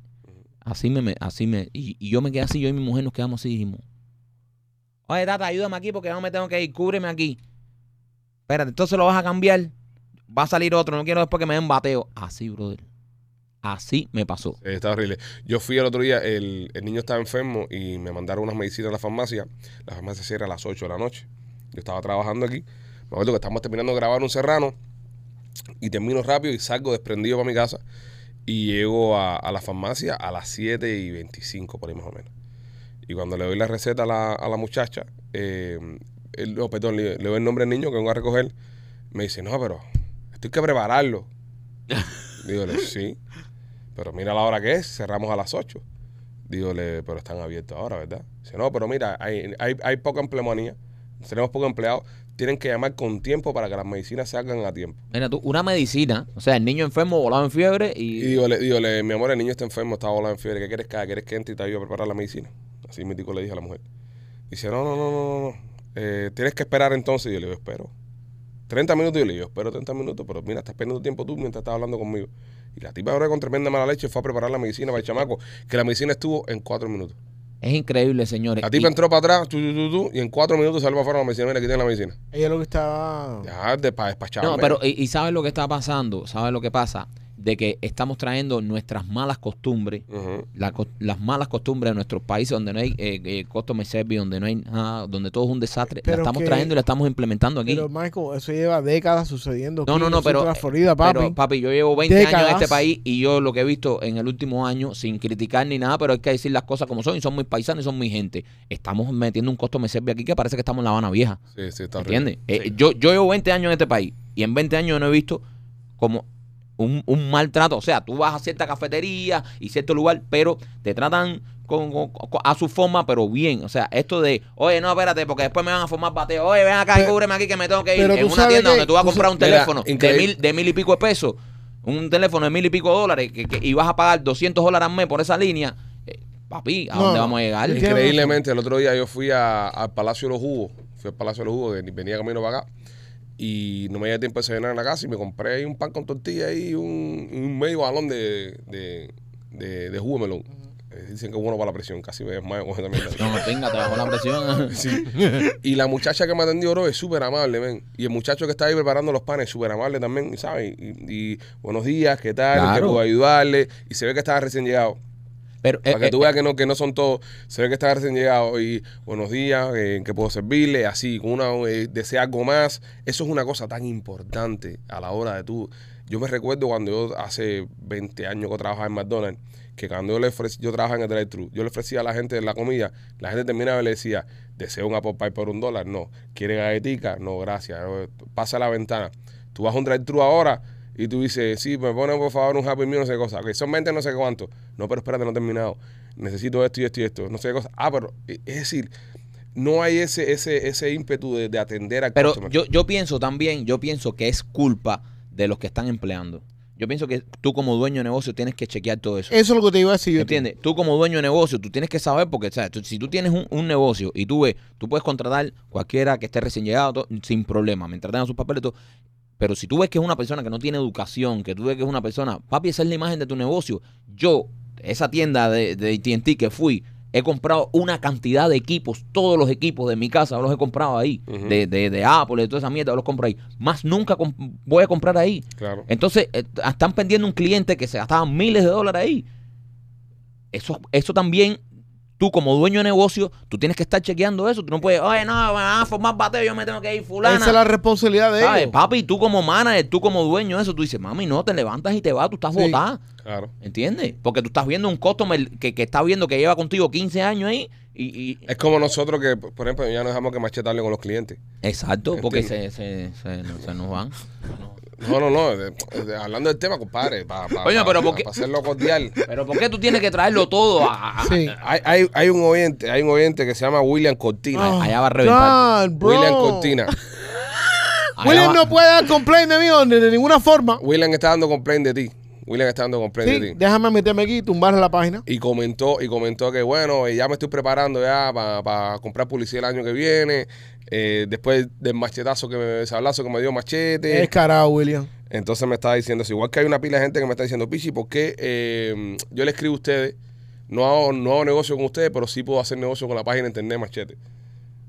Así me, me- así me. Y, y yo me quedé así, yo y mi mujer nos quedamos así y dijimos. Oye, Tata, ayúdame aquí porque yo me tengo que ir, cúbreme aquí. Espérate, entonces lo vas a cambiar. Va a salir otro, no quiero después que me den bateo. Así, brother. Así me pasó. Eh, Está horrible. Yo fui el otro día, el, el niño estaba enfermo y me mandaron unas medicinas a la farmacia. La farmacia cierra a las 8 de la noche. Yo estaba trabajando aquí. Me acuerdo que estábamos terminando de grabar un serrano y termino rápido y salgo desprendido para mi casa y llego a, a la farmacia a las 7 y 25 por ahí más o menos. Y cuando le doy la receta a la, a la muchacha, eh, el- no, perdón, le, le doy el nombre al niño que vengo a recoger, me dice, no, pero esto hay que prepararlo. Dígole, sí, pero mira la hora que es, cerramos a las 8. Dígole, pero están abiertos ahora, ¿verdad? Dice, no, pero mira, hay, hay, hay poca empleomanía, tenemos pocos empleados, tienen que llamar con tiempo para que las medicinas salgan a tiempo. Mira tú, una medicina. O sea, el niño enfermo volaba en fiebre Y y. dígole, dígole, mi amor, el niño está enfermo, está volando en fiebre. ¿Qué quieres que haga? ¿Quieres que entre y te ayude a preparar la medicina? Así mi tico le dije a la mujer. Dice, no, no, no, no, no, no. Eh, tienes que esperar entonces. Y yo le digo, espero. 30 minutos. Y yo le digo, espero 30 minutos, pero mira, estás perdiendo tiempo tú mientras estás hablando conmigo. Y la tipa ahora con tremenda mala leche fue a preparar la medicina para el chamaco, que la medicina estuvo en 4 minutos. Es increíble, señores. La tipa Eh, Y- entró para atrás, tu, tu, tu, tu, y en 4 minutos salió para afuera la medicina. Mira, aquí tiene la medicina. Ella lo que estaba. Ya, de, para despacharme. No, pero y, y sabes lo que está pasando, sabes lo que pasa, de que estamos trayendo nuestras malas costumbres, Ujú. la cos- las malas costumbres de nuestros países donde no hay eh, eh, customer service, donde no hay nada, donde todo es un desastre, la Pero estamos que- trayendo y la estamos implementando aquí. Pero Michael, eso lleva décadas sucediendo. No, aquí no, en no, el sur de pero- la Florida, papi. Pero, papi, yo llevo 20 años en Décadas. este país y yo lo que he visto en el último año, sin criticar ni nada, pero hay que decir las cosas como son y son mis paisanos y son mi gente. Estamos metiendo un customer service aquí que parece que estamos en La Habana Vieja. Sí, sí, está horrible. ¿Entiendes? Eh, yo, yo llevo 20 años en este país y en 20 años yo no he visto como un, un maltrato. O sea, tú vas a cierta cafetería y cierto lugar, pero te tratan con, con- con- a su forma, pero bien. O sea, esto de, oye, no, espérate, porque después me van a formar bateo. Oye, ven acá y Pero- cúbreme aquí que me tengo que ir. pero En tú una sabes tienda que- donde tú vas a tú comprar un sabes- teléfono Mira, de, increíble. mil, de mil y pico de pesos, un teléfono de mil y pico de dólares que- que- y vas a pagar 200 dólares al mes por esa línea. Eh, papi, ¿a No, dónde no. vamos a llegar? Es que- Increíblemente, el otro día yo fui a- al Palacio de los Jugos. Fui al Palacio de los Jugos, que venía camino para acá. Y no me dio tiempo de cenar en la casa y me compré ahí un pan con tortilla y un, un medio balón de, de, de, de jugo de melón. Eh, Dicen que es bueno para la presión, casi me desmayo con esa mierda. No, no, tenga, te bajó la presión. Sí. Y la muchacha que me atendió, bro, es súper amable, ven. Y el muchacho que está ahí preparando los panes, súper amable también, ¿sabes? Y, y buenos días, ¿qué tal? ¿En Claro. ¿Qué puedo ayudarle? Y se ve que estaba recién llegado. Pero, eh, Para que eh, tú veas que no, que no son todos. Se ve que está recién llegado y buenos días, eh, que puedo servirle, así, con una eh, desea algo más. Eso es una cosa tan importante a la hora de tú. Yo me recuerdo cuando yo hace 20 años que trabajaba en McDonald's, que cuando yo le ofrecí, yo trabajaba en el drive-thru, yo le ofrecía a la gente la comida, la gente terminaba y le decía, ¿desea un apple pie por un dólar? No. ¿Quiere galletica? No, gracias. Eh, Pasa la ventana. Tú vas a un drive-thru ahora y tú dices, sí, me ponen por favor un Happy Meal, no sé qué cosa. Ok, son 20, no sé cuánto. No, pero espérate, no he terminado. Necesito esto y esto y esto. No sé qué cosa. Ah, pero eh, es decir, no hay ese ese ese ímpetu de, de atender al Pero customer. yo, yo pienso también, yo pienso que es culpa de los que están empleando. Yo pienso que tú como dueño de negocio tienes que chequear todo eso. Eso es lo que te iba a decir yo. ¿Entiendes? Tú como dueño de negocio, tú tienes que saber porque, ¿sabes? Tú- si tú tienes un, un negocio y tú ves, tú puedes contratar cualquiera que esté recién llegado todo, sin problema, mientras tenga sus papeles, todo. Pero si tú ves que es una persona que no tiene educación, que tú ves que es una persona, papi, esa es la imagen de tu negocio. Yo, esa tienda de, de AT&T que fui, he comprado una cantidad de equipos, todos los equipos de mi casa los he comprado ahí, Ujú. de, de, de Apple, de toda esa mierda, los compro ahí. Más nunca comp- voy a comprar ahí. claro. Entonces, eh, están pendiendo un cliente que se gastaba miles de dólares ahí. Eso, eso también, tú como dueño de negocio, tú tienes que estar chequeando eso. Tú no puedes, oye, no, me van a formar bateo, yo me tengo que ir fulana. Esa es la responsabilidad de ¿Sabes? ellos. Papi, tú como manager, tú como dueño de eso, tú dices, mami, no, te levantas y te vas, tú estás Sí. botada. Claro. ¿Entiendes? Porque tú estás viendo un customer que, que está viendo que lleva contigo 15 años ahí y... y- Es como nosotros que, por ejemplo, ya no dejamos que machetarle con los clientes. exacto, porque este se, se, se- se nos van. No, no, no. de- de- hablando del tema, compadre. Para Oye, pero ¿por qué? hacerlo cordial. Pero ¿por qué tú tienes que traerlo todo a... a- Sí. Hay, hay, hay un oyente, hay un oyente que se llama William Cortina. Oh, allá va a reventar. God, bro. William Cortina. a- William no puede dar complaint de mí de, de ninguna forma. William está dando complaint de ti. William está dando complaint de Sí, ti. déjame meterme aquí y tumbarle la página. Y comentó, y comentó que bueno, eh, ya me estoy preparando ya para comprar publicidad el año que viene. eh, después del machetazo que me, sablazo que me dio machete. Es carado, William. Entonces me estaba diciendo, eso. igual que hay una pila de gente que me está diciendo, Pichi, ¿por qué eh, yo le escribo a ustedes? No hago, no hago negocio con ustedes, pero sí puedo hacer negocio con la página de internet Machete.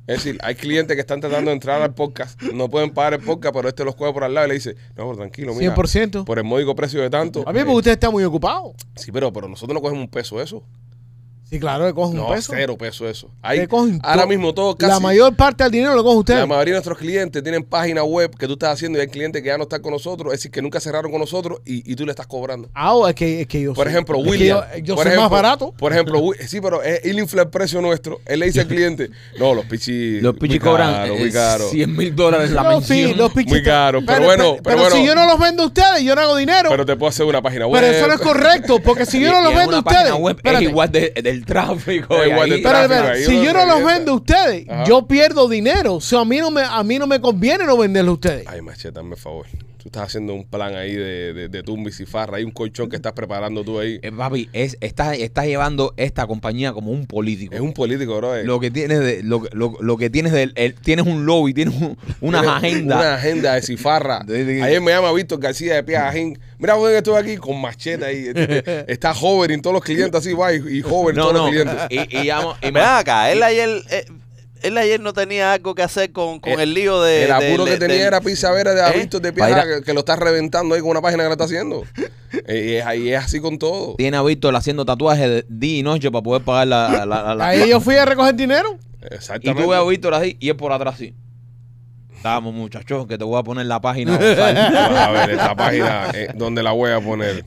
Es decir, hay clientes que están tratando de entrar al podcast, no pueden pagar el podcast, pero este los coge por al lado y le dice, no, pero tranquilo, mira, 100%. por el módico precio de tanto. A mí porque eh, usted está muy ocupado. Sí, pero, pero nosotros no cogemos un peso eso. Sí, claro, le cogen No, un peso. cero peso eso. Ahí, Le cogen ahora todo. mismo todo casi... La mayor parte del dinero lo coge usted. La mayoría de nuestros clientes tienen página web que tú estás haciendo y hay clientes que ya no están con nosotros, es decir, que nunca cerraron con nosotros y, y tú le estás cobrando. Ah, o es que, es que yo Por soy- ejemplo, es que William. Yo, yo por soy más ejemplo- barato. Por ejemplo, Wi- sí, pero eh, él infla el precio nuestro. Él le dice al cliente, no, los pichis. Los muy pichis caro, cobran eh, muy caro. 100 mil dólares la No, sí, mención. los pichitos. Muy caro, pero bueno, pero bueno. si yo no los vendo a ustedes, yo no hago dinero. Pero te puedo hacer una página web. Pero eso no es correcto, porque si yo no Y- los y en vendo a una ustedes. página web espérate, es igual de- del tráfico. Es y igual de ahí- espérate, tráfico, espérate, ahí si uno yo no los revienta. vendo a ustedes, Ajá. yo pierdo dinero. O sea, a mí no me, a mí no me conviene no venderlo a ustedes. Ay, macheta, hazme favor. Tú estás haciendo un plan ahí de, de, de tumbis y farra. Hay un colchón que estás preparando tú ahí. Eh, papi, es, estás, estás llevando esta compañía como un político. Es un político, bro. eh. Lo que tienes de, lo, lo- lo que tienes del, el- tienes un lobby, tienes un- Tiene unas Una agendas. agenda de cifarra. De- de- Ayer me llama Víctor García de Pia Ajín. Mira, joven, que estoy aquí con macheta ahí. este, Está hovering todos los clientes así, va, y, y hovering No, todos no. los clientes. Y, y llamo- y Ven ma- acá, él ayer, eh, él ayer no tenía algo que hacer con, con Eh, el lío de. el apuro del- que tenía del- era Pizza Vera de ¿Eh? Víctor de Para Piaja, ir que, que lo está reventando ahí con una página que la está haciendo. Eh, y, es, ahí es así con todo. tiene a Víctor haciendo tatuajes de día y noche para poder pagar la. la- la- la- Ahí yo fui a recoger dinero. y Exactamente. tú ves a Víctor así y es por atrás así. Estamos, muchachos, que te voy a poner la página. Gonzalo. a ver, esta página, eh, ¿dónde la voy a poner?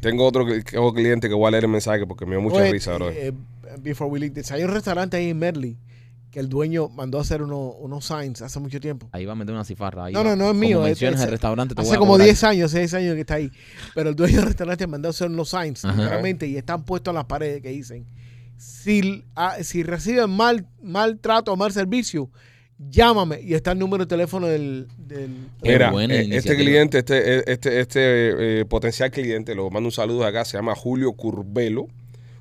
Tengo otro, cli- otro cliente que voy a leer el mensaje porque me dio mucha Oye, risa, bro. eh, before we leave this, hay un restaurante ahí en Merly que el dueño mandó a hacer uno- unos signs hace mucho tiempo. Ahí va a meter una cifarra. ahí No, va. no, no es Como mío, es- mencionas es- el restaurante. Ah, te voy Hace a como cobrar. 10 años, 6 años que está ahí. Pero el dueño del restaurante mandó a hacer unos signs, Ajá. literalmente, y están puestos en las paredes que dicen: si, ah, si reciben mal, mal trato o mal servicio, llámame. Y está el número de teléfono del. del- Qué Mira, buena eh, este iniciativa. cliente, este, eh, este, este eh, eh, potencial cliente, lo mando un saludo de acá, se llama Julio Curbelo.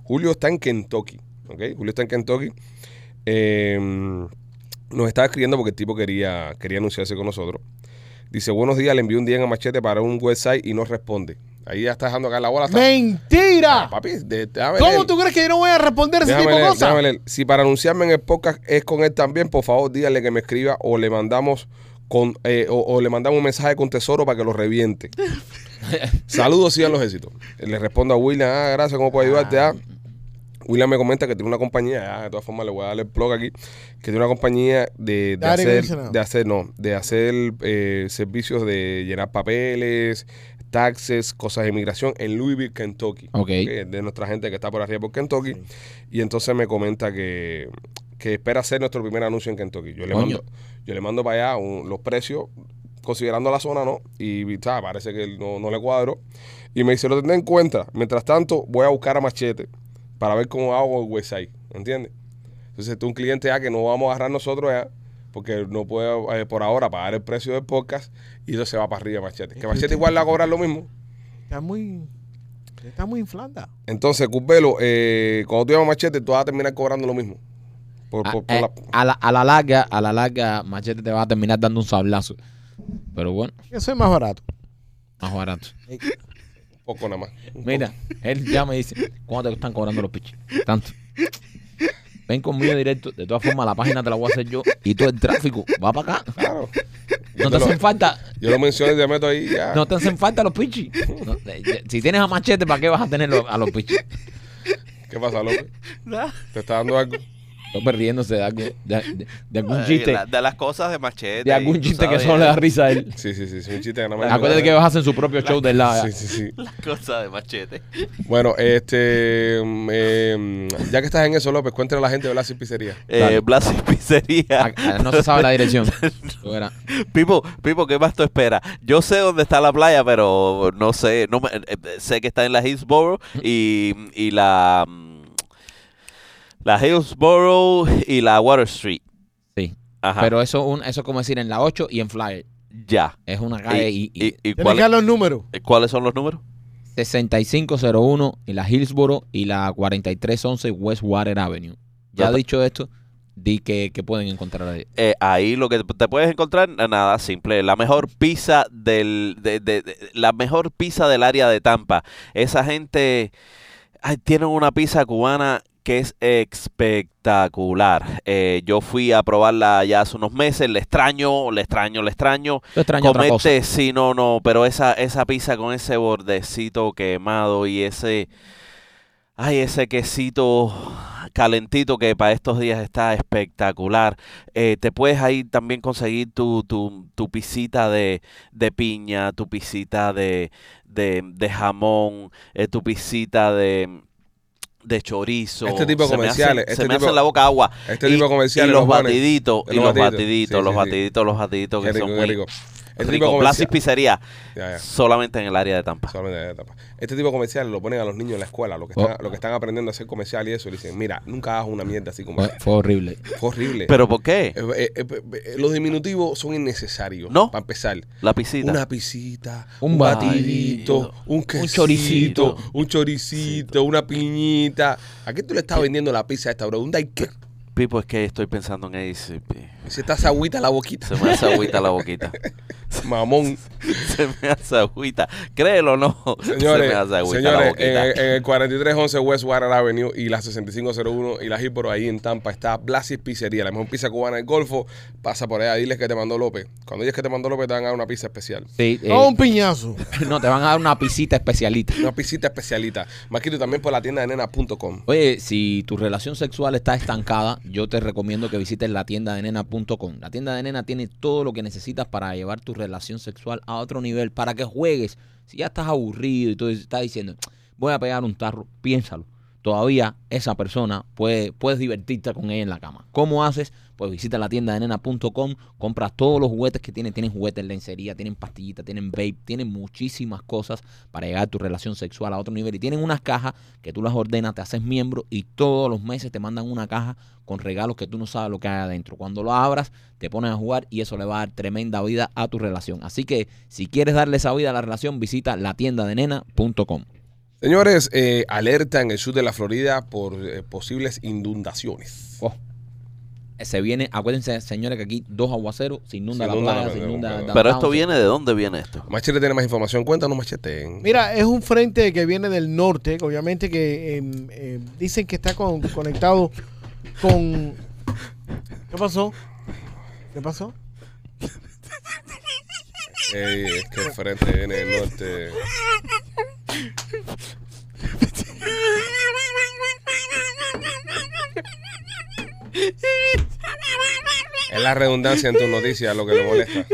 Julio está en Kentucky, ¿ok? Julio está en Kentucky. Eh, nos está escribiendo porque el tipo quería, quería anunciarse con nosotros. Dice, buenos días, le envié un día a Machete para un website y no responde. Ahí ya está dejando acá la bola. está- ¡Mentira! Papi, de- déjame ¿Cómo leer. tú crees que yo no voy a responder ese Déjame tipo de leer, cosas? déjame leer. Si para anunciarme en el podcast es con él también, por favor dígale que me escriba o le mandamos con eh, o, o le mandamos un mensaje con tesoro para que lo reviente. Saludos y a los éxitos. Le respondo a William, ah, gracias, ¿cómo puedo ayudarte? Ah, William me comenta que tiene una compañía, ah, de todas formas le voy a dar el plug aquí, que tiene una compañía de, de De aire hacer, acondicionado. de hacer, no, de hacer eh, servicios de llenar papeles, taxes, cosas de inmigración en Louisville, Kentucky. Ok. Ah, Que es de nuestra gente que está por arriba por Kentucky. Y entonces me comenta que, que espera hacer nuestro primer anuncio en Kentucky. Yo le Coño. mando, yo le mando para allá un- los precios, considerando la zona, ¿no? Y ta, parece que no, no le cuadro. Y me dice, lo tendré en cuenta. Mientras tanto, voy a buscar a Machete para ver cómo hago el website. ¿Entiendes? Entonces, tú un cliente ya que no vamos a agarrar nosotros ya, porque no puede eh, por ahora pagar el precio del podcast y eso se va para arriba Machete. Que Machete igual le va a cobrar lo mismo. Está muy. Está muy inflanda. Entonces, Curbelo, eh, cuando tú llamas Machete, tú vas a terminar cobrando lo mismo. Por, A, por- por eh, la- a la, a la larga, a la larga, Machete te va a terminar dando un sablazo. Pero bueno, Yo soy más barato. más barato. poco nada más. Mira, él ya me dice, ¿cuánto te están cobrando los pichis? Tanto. Ven conmigo directo. De todas formas, la página te la voy a hacer yo. Y todo el tráfico va para acá. Claro. Yo, No te te lo, hacen falta. yo lo menciono y te meto ahí ya. No te hacen falta los pichis. No, eh, eh, si tienes a machete, ¿para qué vas a tener lo- a los pichis? ¿Qué pasa, López? Nah. ¿Te está dando algo? Estoy perdiéndose de, algo, de, de- de algún Ay, chiste. la- de las cosas de machete. De y algún tú chiste que sabes, solo le da risa a él. Sí, sí, sí. Es un chiste que nada más. Acuérdate que ellos hacen su propio show de la... Sí, sí, sí. Las cosas de machete. Bueno, este. mm, eh, ya que estás en eso, López, cuéntale a la gente de Blas y Pizzería. Dale. Eh, Blas y Pizzería. Ah, No se sabe la dirección. Tú verás. Pipo, Pipo, ¿qué más tú esperas? Yo sé dónde está la playa, pero no sé. No me- eh, eh, sé que está en la Hillsborough y, y la. mm, La Hillsborough y la Water Street. Sí. Ajá. Pero eso, un, eso es como decir en la 8 y en Flyer. ya. Es una calle y, y- y- y Tienes cuál- que dar los números. ¿Cuáles son los números? 6501 y la Hillsboro y la 4311 Westwater Avenue. Ya Apa. dicho esto, di que, que pueden encontrar ahí. Eh, ahí lo que te- te puedes encontrar, na- nada, simple. La mejor pizza del. de- de- de- la mejor pizza del área de Tampa. Esa gente. ay, tienen una pizza cubana que es espectacular. Eh, yo fui a probarla ya hace unos meses, le extraño, le extraño, le extraño. Yo extraño otra cosa. Comete, sí, no, no, pero esa, esa pizza con ese bordecito quemado y ese, ay, ese quesito calentito que para estos días está espectacular. Eh, te puedes ahí también conseguir tu, tu, tu pisita de, de piña, tu pisita de, de, de jamón, eh, tu pisita de de chorizo. Este tipo de Se me hace- comerciales, este se me tipo- hace en la boca agua. este Y- tipo de comerciales Y los los ponen- batiditos, los y los batiditos. batiditos, Sí, los sí, sí. batiditos, los batiditos Qué que rico, son qué muy rico. Este tipo rico. de Blasis comercial- Ah, Pizzería, Ya, ya. solamente en el área de Tampa. Solamente de etapa. Este tipo de comerciales lo ponen a los niños en la escuela, lo que Oh. están, lo que están aprendiendo a hacer comercial y eso. Y le dicen, mira, nunca hagas una mierda así como Fue, esa". fue horrible. Fue horrible. Oh. ¿Pero por qué? Eh, eh, eh, eh, los diminutivos son innecesarios. No. Para empezar. La piscita. Una pisita, Un un, batidito, batidito, un un choricito, choricito. un choricito, una piñita. ¿A qué tú le estás vendiendo la pizza a esta, bro? Un daiquiri. Pipo, es que estoy pensando en ACP. Se está esa agüita en la boquita. Se me hace agüita la boquita. Mamón. Se me hace agüita. Créelo o no. Señores, se me hace agüita la señores eh, en, boquita. en el 4311 West Water Avenue y la 6501 y la Hiporo ahí en Tampa está Blasis Pizzería, la mejor pizza cubana del Golfo. Pasa por allá, diles que te mandó López. Cuando digas que te mandó López te van a dar una pizza especial. Sí, eh, No, un piñazo. no, te van a dar una pisita especialita. Una pisita especialita. Maquito también por la tienda de nena.com. Oye, si tu relación sexual está estancada, yo te recomiendo que visites la tienda de nena.com. La tienda de nena tiene todo lo que necesitas para llevar tu relación sexual a otro nivel, para que juegues. Si ya estás aburrido y tú estás diciendo, voy a pegar un tarro, piénsalo. Todavía esa persona puede, puedes divertirte con ella en la cama. ¿Cómo haces? Pues visita la tienda de nena.com, compras todos los juguetes que tienen. Tienen juguetes, lencería, tienen pastillitas, tienen vape, tienen muchísimas cosas para llegar a tu relación sexual a otro nivel. Y tienen unas cajas que tú las ordenas, te haces miembro y todos los meses te mandan una caja con regalos que tú no sabes lo que hay adentro. Cuando lo abras, te pones a jugar y eso le va a dar tremenda vida a tu relación. Así que si quieres darle esa vida a la relación, visita la tienda de nena.com. Señores, eh, alerta en el sur de la Florida por eh, posibles inundaciones. Oh, Se viene, acuérdense señores que aquí dos aguaceros, se inunda Se la inunda la playa, se playa, inunda completa. Pero downtown, esto se- viene de dónde viene esto. Machete tiene más información. Cuéntanos, Machete. Mira, es un frente que viene del norte, que obviamente que eh, eh, dicen que está con- conectado con... ¿Qué pasó? ¿Qué pasó? Ey, Eh, es que el frente viene del norte. Es la redundancia en tus noticias lo que le molesta.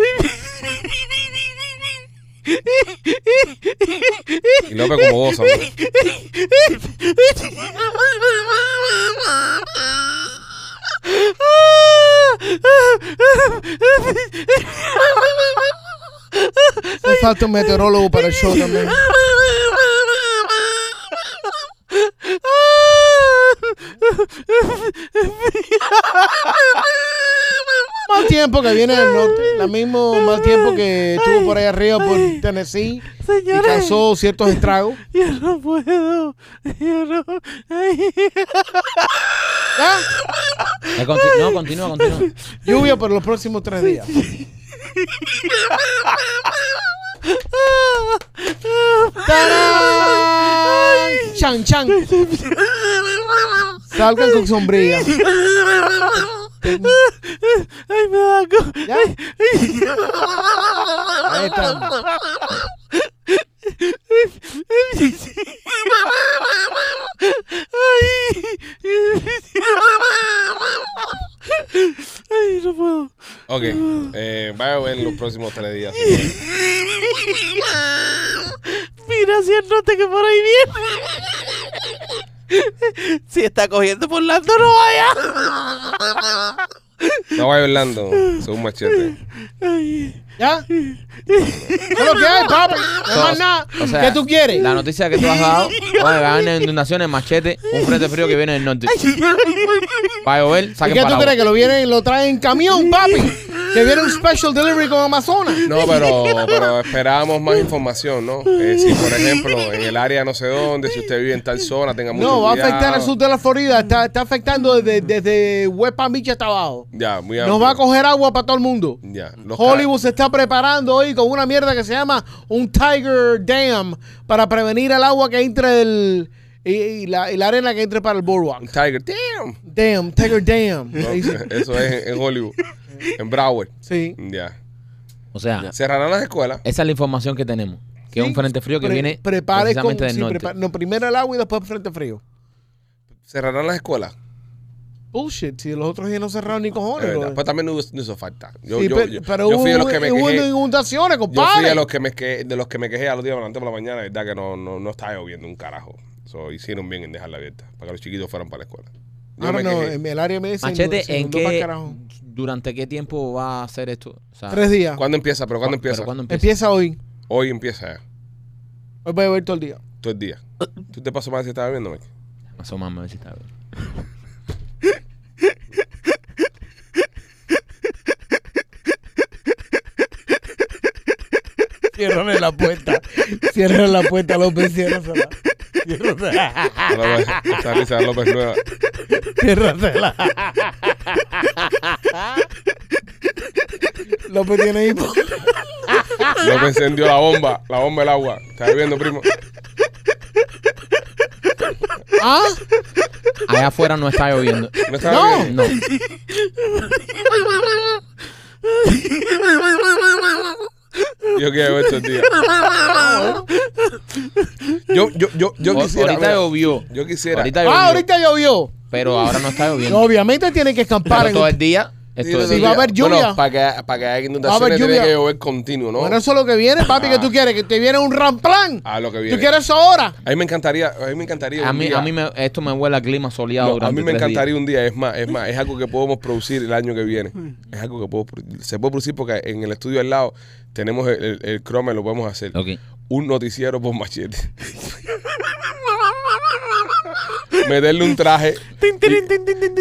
Y López como goza. ¿no? Me falta un meteorólogo para el show también. Mal tiempo que viene del norte, la mismo mal tiempo que estuvo por ahí arriba por Tennessee y Señores, causó ciertos estragos. yo no puedo. Yo no. Ay. ¿Ya? Eh, conti- No, continúa, continúa. Lluvia por los próximos tres días. ¡Tarán! ¡Chan, chan! Salgan con sombrilla. Ay, me da co- ¿Ya? Ahí está. Ay, no puedo. Ok, eh, va a ver los próximos tres días. señores. Mira, si el norte que por ahí viene. Si está cogiendo por Lando, no vaya. No vaya hablando, según Machete. Ay, ¿Ya? ¿Qué es lo que hay, papi? No es más nada. O sea, ¿Qué tú quieres? La noticia que tú has dado, bueno, que vienen inundaciones, machete, un frente frío que viene del norte. Para llover, ¿Y saquen qué tú paraguas. crees? ¿Que lo vienen y lo traen en camión, papi? ¿Que viene un special delivery con Amazonas? No, pero, pero esperábamos más información, ¿no? Eh, si, por ejemplo, en el área no sé dónde, si usted vive en tal zona, tenga mucho No, va a cuidado. afectar al sur de la Florida. Está, está afectando desde, desde West Palm Beach hasta abajo. Ya, muy Nos va a coger agua para todo el mundo. Ya, los Hollywood se está preparando hoy con una mierda que se llama un Tiger Dam para prevenir el agua que entre del, Y, y la, y la arena que entre para el Un boardwalk. tiger. Damn. Damn, Tiger Damn. No, Le dicen. eso es en, en Hollywood. En Broward. Sí. Ya. O sea, Cerrarán las escuelas. esa es la información que tenemos. Que es Sí, un frente frío que Pre- viene prepare con, precisamente del sí, norte. prepa- no, primero el agua y después frente frío. Cerrarán las escuelas. Bullshit, si los otros días no cerraron ni De cojones. verdad. brother. Pues también no, hizo- no hizo falta. Yo, Sí, yo, pe- yo- pero yo fui de los que me hubo- hubo quejé. inundaciones, Yo fui compadre. de los que me quejé, de los que me quejé a los días durante por la mañana, verdad que no, no, no estaba lloviendo un carajo. So, hicieron bien en dejarla abierta, para que los chiquitos fueran para la escuela. Yo Ah, me no, quejé. en el área me se inundó- se Machete, ¿en inundó pa'l qué, carajo. durante qué tiempo va a hacer esto? O sea, Tres días. ¿Cuándo empieza? ¿Pero cuándo ¿cu- empieza? pero ¿cuándo empieza? Empieza hoy. Hoy empieza ya, Hoy voy a ver todo el día. todo el día. ¿Tú te pasas más si estaba viendo, Mike? Asómame a ver si está bien. Cierrale la puerta. Cierrale la puerta, López. Ciérrasela. Ciérrasela. Ah. Ahora va- Esa risa de López Nueva. Ciérrasela. López tiene hipo. López encendió la bomba, la bomba del agua. ¿Estás viendo, primo? ¿Ah? Allá afuera no está lloviendo. ¿No estaba No. viendo? No. Yo quiero ver estos días. Yo, yo, yo, yo O- quisiera. ahorita mira, llovió. yo quisiera. Ahorita llovió. Ah, ahorita llovió. Pero ahora no está No, lloviendo. obviamente tiene que escampar. Pero en- todo el día. esto Sí, es- Si sí, va a sí. haber lluvia. Bueno, para que, para que haya inundaciones tiene lluvia. que llover continuo, ¿no? Bueno, eso es lo que viene, papi, que tú quieres, que te viene un ramplan. Ah, lo que ¿Tú viene. quieres eso ahora? A mí me encantaría, a mí me encantaría A un mí, día. a mí me- esto me huele a clima soleado No, a durante mí me tres encantaría días. un día, es más, es más, es algo que podemos producir el año que viene. Es algo que puedo, produ- se puede producir porque en el estudio al lado tenemos el, el, el croma y lo podemos hacer. Ok. Un noticiero por machete. Meterle un traje.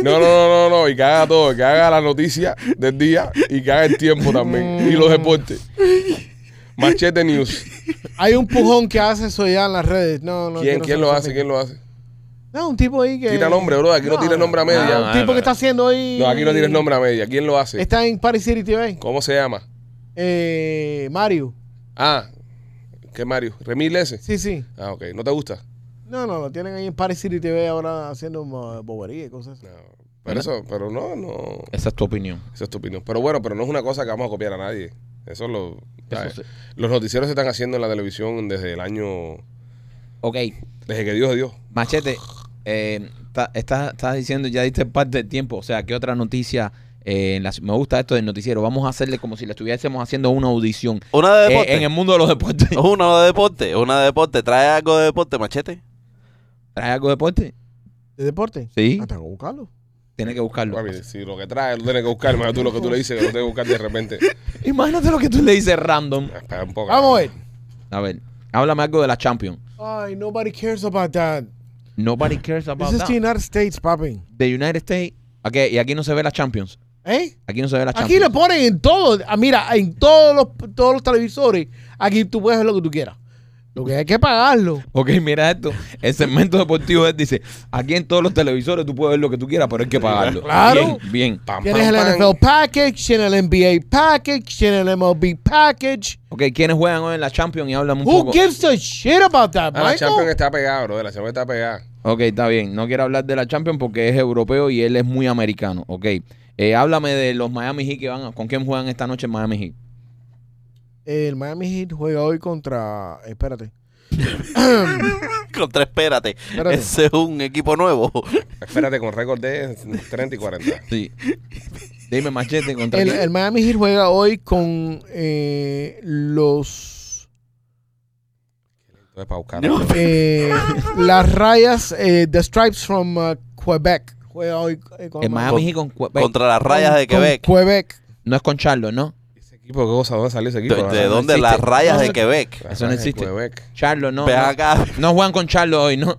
No, no, no, no, no. Y que haga todo, que haga la noticia del día y que haga el tiempo también. Y los deportes. Machete News. Hay un pujón que hace eso ya en las redes. No, no. ¿Quién, quiero quién ser lo ese hace? tipo. ¿Quién lo hace? No, un tipo ahí que. Tira nombre, bro. Aquí no, tires nombre a media. Ah, Un tipo que está haciendo ahí. No, aquí no tienes nombre a media. ¿Quién lo hace? Está en Paris City TV. ¿Cómo se llama? Eh, Mario. Ah, ¿qué Mario? ¿Remil ese? Sí, sí. Ah, ok. ¿No te gusta? No, no, lo tienen ahí en Paris City TV ahora haciendo mo- bobería y cosas. así. No. Pero eso, pero no, no. Esa es tu opinión. Esa es tu opinión. Pero bueno, pero no es una cosa que vamos a copiar a nadie. Eso lo. ¿sabes? Eso sí. Los noticieros se están haciendo en la televisión desde el año. Ok. Desde que Dios dio. Machete, eh, ta- estás estás diciendo, ya diste parte del tiempo. O sea, ¿qué otra noticia? eh, en la- me gusta esto del noticiero. Vamos a hacerle como si le estuviésemos haciendo una audición. Una de Eh, deporte. en el mundo de los deportes. Una de deporte, una de deporte. Trae algo de deporte, machete. ¿Trae algo de deporte? ¿De deporte? Sí. Hasta con buscarlo. Tiene que buscarlo. Papi, si lo que trae lo tienes que buscar, más tú lo que tú le dices, que lo tienes que buscar de repente. Imagínate lo que tú le dices random. Espera un poco. Vamos a ver. A ver, háblame algo de la Champions. Ay, nobody cares about that. Nobody cares about This is that. the United States, papi. The United States. Ok, y aquí no se ve la Champions. ¿Eh? Aquí no se ve la Aquí Champions. le ponen en todo. ah, Mira, en todos los, todos los televisores. Aquí tú puedes ver lo que tú quieras. Lo que hay que pagarlo. Ok, mira esto. El segmento deportivo él dice, aquí en todos los televisores tú puedes ver lo que tú quieras, pero hay que pagarlo. Claro. Bien, bien. Pam, pam, Tienes el pam. NFL package, tienes el NBA package, tienes el MLB package. Ok, ¿quiénes juegan hoy en la Champions? Y háblame un Who poco. gives a shit about that, Ah, la Champions Michael? está pegada, bro. La Champions está pegada. Ok, está bien. No quiero hablar de la Champions porque es europeo y él es muy americano. Ok. Eh, háblame de los Miami Heat que van a- ¿Con quién juegan esta noche en Miami Heat? El Miami Heat juega hoy contra. Espérate. Contra, espérate. Espérate. Ese es un equipo nuevo. Espérate, con récord de 30 y 40. Sí. Dime machete contra El, quién. el Miami Heat juega hoy con eh, los. Entonces, para buscar. eh, las rayas, eh, The Stripes from uh, Quebec. Juega hoy eh, con En Miami Heat con, Contra las rayas de con Quebec. Quebec. No es con Charlo, ¿no? Ese equipo, ¿qué cosa? ¿Dónde salió ese ¿De, equipo? de Ah, dónde? existe. Las rayas No, de no- Quebec. Las Eso no rayas de existe. Quebec. Charlo, no. Ven no. acá. No juegan con Charlo hoy, ¿no?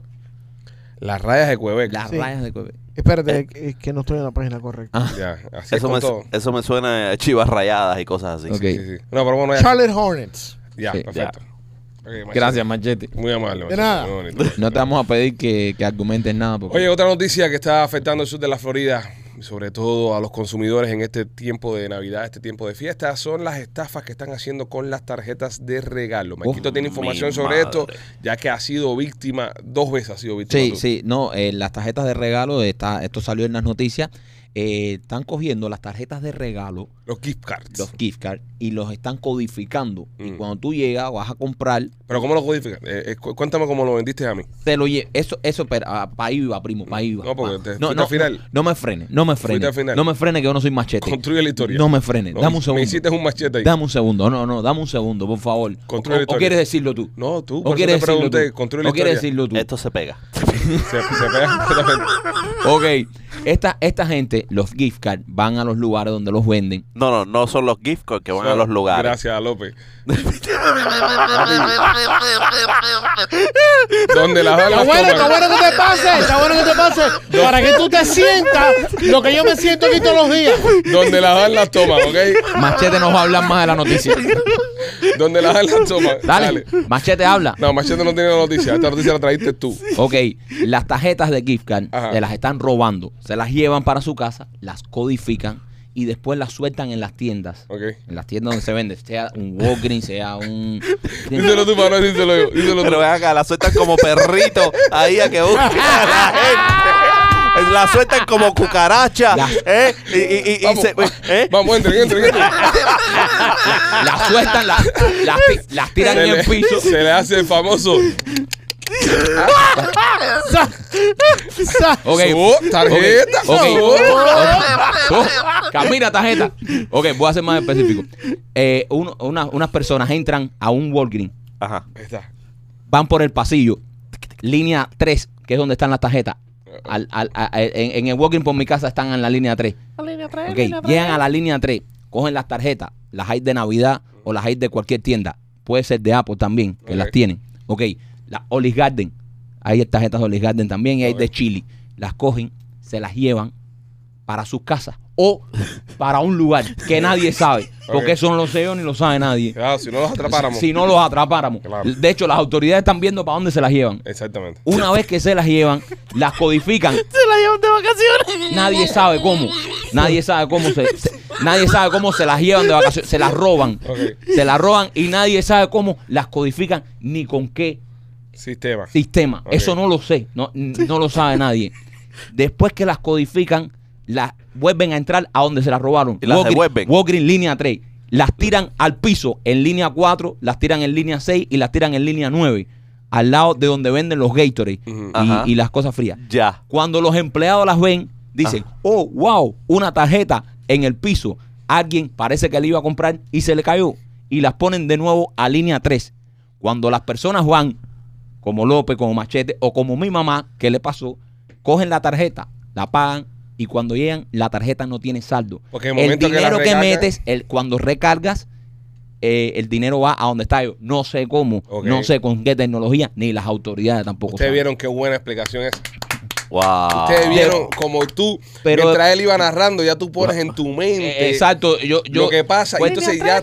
Las rayas de Quebec. Las Sí. rayas de Quebec. Eh. Espérate, es que no estoy en la página correcta. Ya, así es Eso con me, todo. eso me suena a chivas rayadas y cosas así. Ok. Sí, sí. No, pero Ah, bueno, ya. Charlotte Hornets. ya, Sí, perfecto. Ok, Machete. Gracias, Machete. Muy amable. Machete, nada. muy bonito. No te vamos a pedir que, que argumentes nada. Porque... Oye, otra noticia que está afectando el sur de la Florida. y sobre todo a los consumidores en este tiempo de Navidad, este tiempo de fiesta, son las estafas que están haciendo con las tarjetas de regalo. Oh, Maquito tiene mi información sobre esto, madre. ya que ha sido víctima, dos veces ha sido víctima. Sí, tú. sí, no, eh, las tarjetas de regalo, está, esto salió en las noticias, eh, están cogiendo las tarjetas de regalo, Los gift cards. los gift cards, y los están codificando. Y Mm. cuando tú llegas, vas a comprar, Pero ¿cómo lo codifican? Eh, eh, cu- cuéntame cómo lo vendiste a mí. te lo lle- Eso, eso, para ahí iba, primo, para ahí iba. No, porque pa. te- no, fuiste no, al final. no, no me frene, no me frene. al final. No me frene que yo no soy machete. Construye la historia. No me frene, No, dame un me- Me segundo. hiciste un machete ahí. Dame un segundo, no, no, dame un segundo, por favor. O, Construye la o- o historia. quieres decirlo tú. No, tú, por O eso quieres te decirlo pregunté, tú. construye la O quieres historia. decirlo tú. Esto se pega. Se, se pega completamente. Ok, esta, esta gente, los gift cards, van a los lugares donde los venden. No, no, no son los gift cards que van a Son- los lugares. Gracias, López. Donde las van Está las bueno, está toman. bueno que te pase, está bueno que te pase. Para que tú te sientas lo que yo me siento aquí todos los días. Donde las van las toman, ¿ok? Machete nos va a hablar más de la noticia. Donde las van las toman. Dale, Machete habla. No, Machete no tiene la noticia. Esta noticia la traíste tú. Ok, las tarjetas de gift card Ajá. se las están robando. Se las llevan para su casa, las codifican y después las sueltan en las tiendas. Ok. En las tiendas donde se vende, sea un Walgreens, sea un... Díselo tú, para no díselo yo. Díselo tú. Pero ven acá, la sueltan como perrito ahí a que busca a la gente. La sueltan como cucaracha. Ya. ¿eh? Y, y- y- y Vamos, se- ¿eh? vamos, entren, entren, entren. Las sueltan, las, las, ti- las tiran Se en le- el piso. Se le hace famoso. Sa- sa- Ok. Su "Oh, tarjeta. Ok. su- Oh, Camina, tarjeta. Ok, voy a ser más específico. Eh, uno- una- unas personas entran a un Walgreens, Ajá. Ahí está. van por el pasillo, línea 3, que es donde están las tarjetas. Al- al- a- a- en, en el Walgreens por mi casa están en la línea 3. Ok, llegan a la línea 3, cogen las tarjetas, las hay de Navidad o las hay de cualquier tienda. Puede ser de Apple también, que Ok. las tienen. Ok, las Olive Garden, hay tarjetas de Olive Garden también y hay Ok. de Chile. Las cogen, se las llevan para sus casas o para un lugar que nadie sabe. Porque Ok. eso no lo sé yo ni lo sabe nadie. Claro, Ah, si no los atrapáramos. Si no los atrapáramos. Claro. De hecho, las autoridades están viendo para dónde se las llevan. Exactamente. Una vez que se las llevan, las codifican. Se la llevan de vacaciones. Nadie sabe cómo. Nadie sabe cómo se, se- nadie sabe cómo se las llevan de vacaciones, se las roban. Ok. Se las roban y nadie sabe cómo las codifican ni con qué Sistema. sistema. Ok. Eso no lo sé, no, n- no lo sabe nadie. Después que las codifican, las vuelven a entrar a donde se las robaron. Y las Walgreens- devuelven. Walgreens línea 3. Las tiran al piso en línea 4, las tiran en línea 6 y las tiran en línea 9, al lado de donde venden los Gatorade Ujú. y- Ajá. y las cosas frías. Ya. Cuando los empleados las ven, dicen, oh, wow, una tarjeta en el piso. Alguien parece que le iba a comprar y se le cayó. Y las ponen de nuevo a línea 3. Cuando las personas van, como López, como Machete o como mi mamá, que le pasó, cogen la tarjeta, la pagan y cuando llegan, la tarjeta no tiene saldo. Porque el el momento que la dinero que, recargas- metes, el, cuando recargas, eh, el dinero va a donde está yo. No sé cómo, Ok. no sé con qué tecnología, ni las autoridades tampoco. Ustedes saben. vieron qué buena explicación es. Wow. Ustedes vieron como tú, Ah. Pero- mientras él iba narrando, ya tú pones en tu mente Eh, Exacto, yo, yo lo que pasa. Y Fue- entonces ya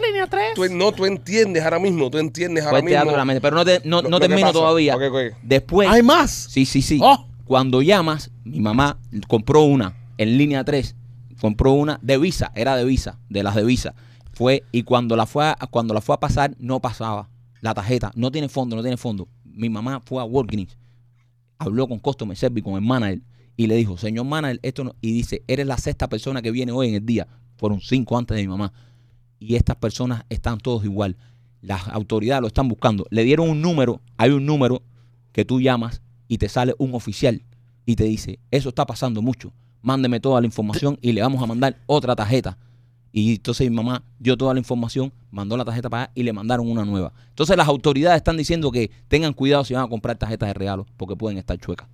tú, no, tú entiendes ahora mismo, tú entiendes fue ahora el teatro de la mismo. mente, pero no, te- no, lo- no lo que termino pasa. todavía. Ok, ok. Pues, Después, Hay más. sí, sí, sí. Oh. Cuando llamas, mi mamá compró una en línea 3, compró una de Visa, era de Visa, de las de Visa. Fue y cuando la fue a, cuando la fue a pasar no pasaba la tarjeta, no tiene fondo, no tiene fondo. Mi mamá fue a Walgreens, habló con customer service con el manager y le dijo, "Señor manager, esto no" y dice, "Eres la sexta persona que viene hoy en el día." Fueron cinco antes de mi mamá. y estas personas están todos igual. Las autoridades lo están buscando. Le dieron un número, hay un número que tú llamas y te sale un oficial y te dice, eso está pasando mucho, mándeme toda la información y le vamos a mandar otra tarjeta. Y entonces mi mamá dio toda la información, mandó la tarjeta para allá y le mandaron una nueva. Entonces las autoridades están diciendo que tengan cuidado si van a comprar tarjetas de regalo porque pueden estar chuecas.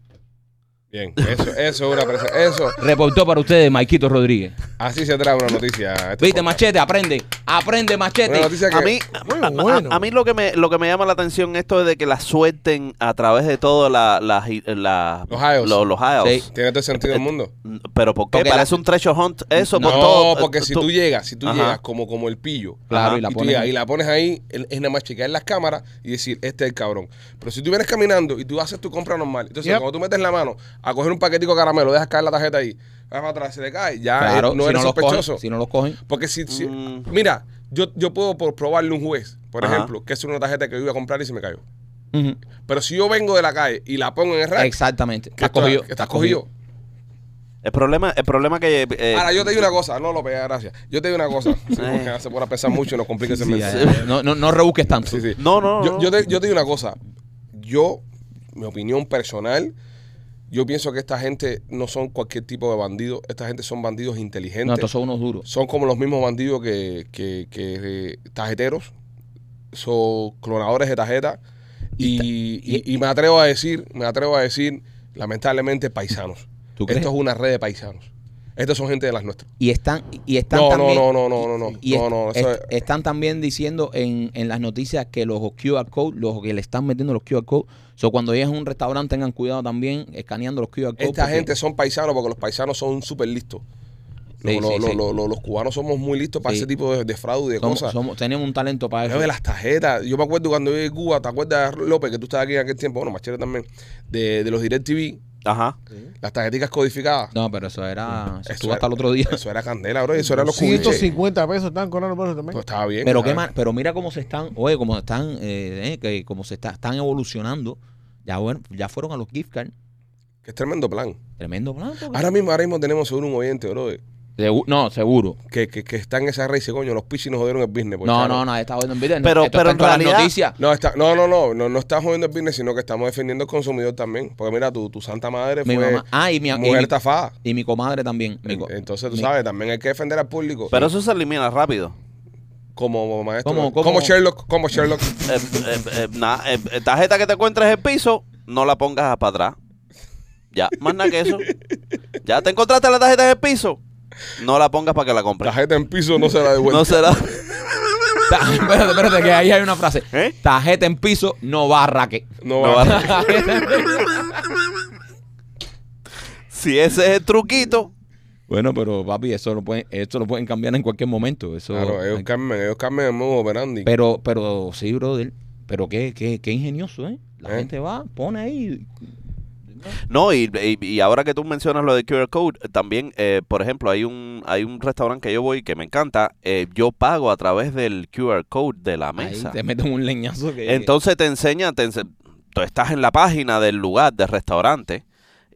Bien, eso, eso es una presa. Eso, Reportó para ustedes Maikito Rodríguez. así se trae una noticia. a este Viste, podcast. machete, aprende, aprende, machete. Una noticia que. A mí, Bueno, a, a- bueno. a mí lo que me lo que me llama la atención esto es de que la suelten a través de todas las las- las- Los iOS. lo- los iOS. Sí. Tiene todo el sentido del mundo. Pero ¿por qué? Porque la- Parece un treasure hunt eso No, por todo. porque si tú, llegas, si tú Ajá. llegas como, como el pillo, Claro, y la tú pones llegas ahí. y la pones ahí, el- es nada más chequear las cámaras y decir, este es el cabrón. Pero si tú vienes caminando y tú haces tu compra normal, entonces Yep. cuando tú metes la mano a coger un paquetico de caramelo, dejas caer la tarjeta ahí, vas para atrás, se te cae. Ya claro, eh, no si, eres no los sospechoso. cogen, si no los cogen. Porque si, si- Mm. mira, yo, yo puedo por probarle a un juez, por Ajá. ejemplo, que es una tarjeta que yo iba a comprar y se me cayó. Ujú. Pero si yo vengo de la calle y la pongo en el rack, Exactamente. que Estás esto- cogido. que estás cogido. El problema, el problema que. eh, Ahora, yo te digo una cosa, no López, gracias. Yo te digo una cosa, sí, porque se pone a pesar mucho y nos complica ese Sí, mensaje. ya, ya. No, no, no rebusques tanto. Sí, sí. No, no, Yo, no. yo te, yo te digo una cosa. Yo, mi opinión personal, yo pienso que esta gente no son cualquier tipo de bandido. Esta gente son bandidos inteligentes. No, estos son unos duros. Son como los mismos bandidos que, que, que, eh, tarjeteros, son clonadores de tarjetas y, y- y me atrevo a decir, me atrevo a decir, lamentablemente, paisanos. ¿Tú crees? Esto es una red de paisanos. Estos son gente de las nuestras. Y están, y están No, no, también. no, no, no, no, no, Y no, est- no, eso est- es- están también diciendo en, en las noticias que los QR code, los que le están metiendo los QR code, so cuando llegues a un restaurante tengan cuidado también escaneando los QR code. Esta porque- gente son paisanos porque los paisanos son súper listos. Los, Sí, los- sí, los- sí. los- los- los cubanos somos muy listos para Sí. ese tipo de, de fraude y de somos- cosas. somos- tenemos un talento para Lo eso. de las tarjetas. Yo me acuerdo cuando yo llegué a Cuba, ¿te acuerdas, López, que tú estabas aquí en aquel tiempo? Bueno, Machero también. De, de los DirecTV, Ajá. las tarjeticas codificadas. No, pero eso era. Eso Eso estuvo era- hasta el otro día. Eso era candela, bro. y Eso era los cubiches. 150 pesos están cobrando por eso también. Pues estaba bien. Pero qué ¿sabes? ma- pero mira cómo se están, oye, cómo están, eh, eh, que como se está, están evolucionando. Ya bueno, ya fueron a los gift cards. Qué tremendo plan. Tremendo plan. porque- Ahora mismo, ahora mismo tenemos seguro un oyente, bro. Segu- no, seguro. Que, que, que está en esa red y dice, coño, los pichis nos jodieron el business. pues, No, claro. no, no, está jodiendo en video. Pero- Esto pero está en todas las realidad- noticias. No, está, no, no, no, no, no estás jodiendo el business, sino que estamos defendiendo al consumidor también. Porque mira, tu, tu santa madre Mi fue mamá. Ah, y mi, y mi- mujer estafada. y mi comadre también. mi co- Entonces, tú mi- sabes, también hay que defender al público. Pero eso se elimina rápido. como maestro. ¿Cómo, cómo? como Sherlock, como Sherlock. Eh, eh, eh, na- eh, eh, tarjeta que te encuentres en el piso, no la pongas para atrás. Ya, más nada que eso. Ya te encontraste la tarjeta en el piso, no la pongas para que la compres. Tarjeta en piso no se la devuelve. No será. Ta- espérate, espérate, que ahí hay una frase. ¿Eh? Tarjeta en piso, no barraque. No No va. va a- si ese es el truquito, bueno, pero papi, eso lo pueden, esto lo pueden cambiar en cualquier momento. Eso, Claro, ellos cambian, ellos cambian el modo operandi. pero, pero sí, brother. Pero qué, qué, qué ingenioso, ¿eh? La ¿Eh? gente va, pone ahí. No, y, y- y ahora que tú mencionas lo de QR Code, eh, también, eh, por ejemplo, hay un hay un restaurante que yo voy que me encanta, eh, yo pago a través del QR Code de la Ahí mesa. te meten un leñazo que. Entonces te enseña, te ense- tú estás en la página del lugar, del restaurante,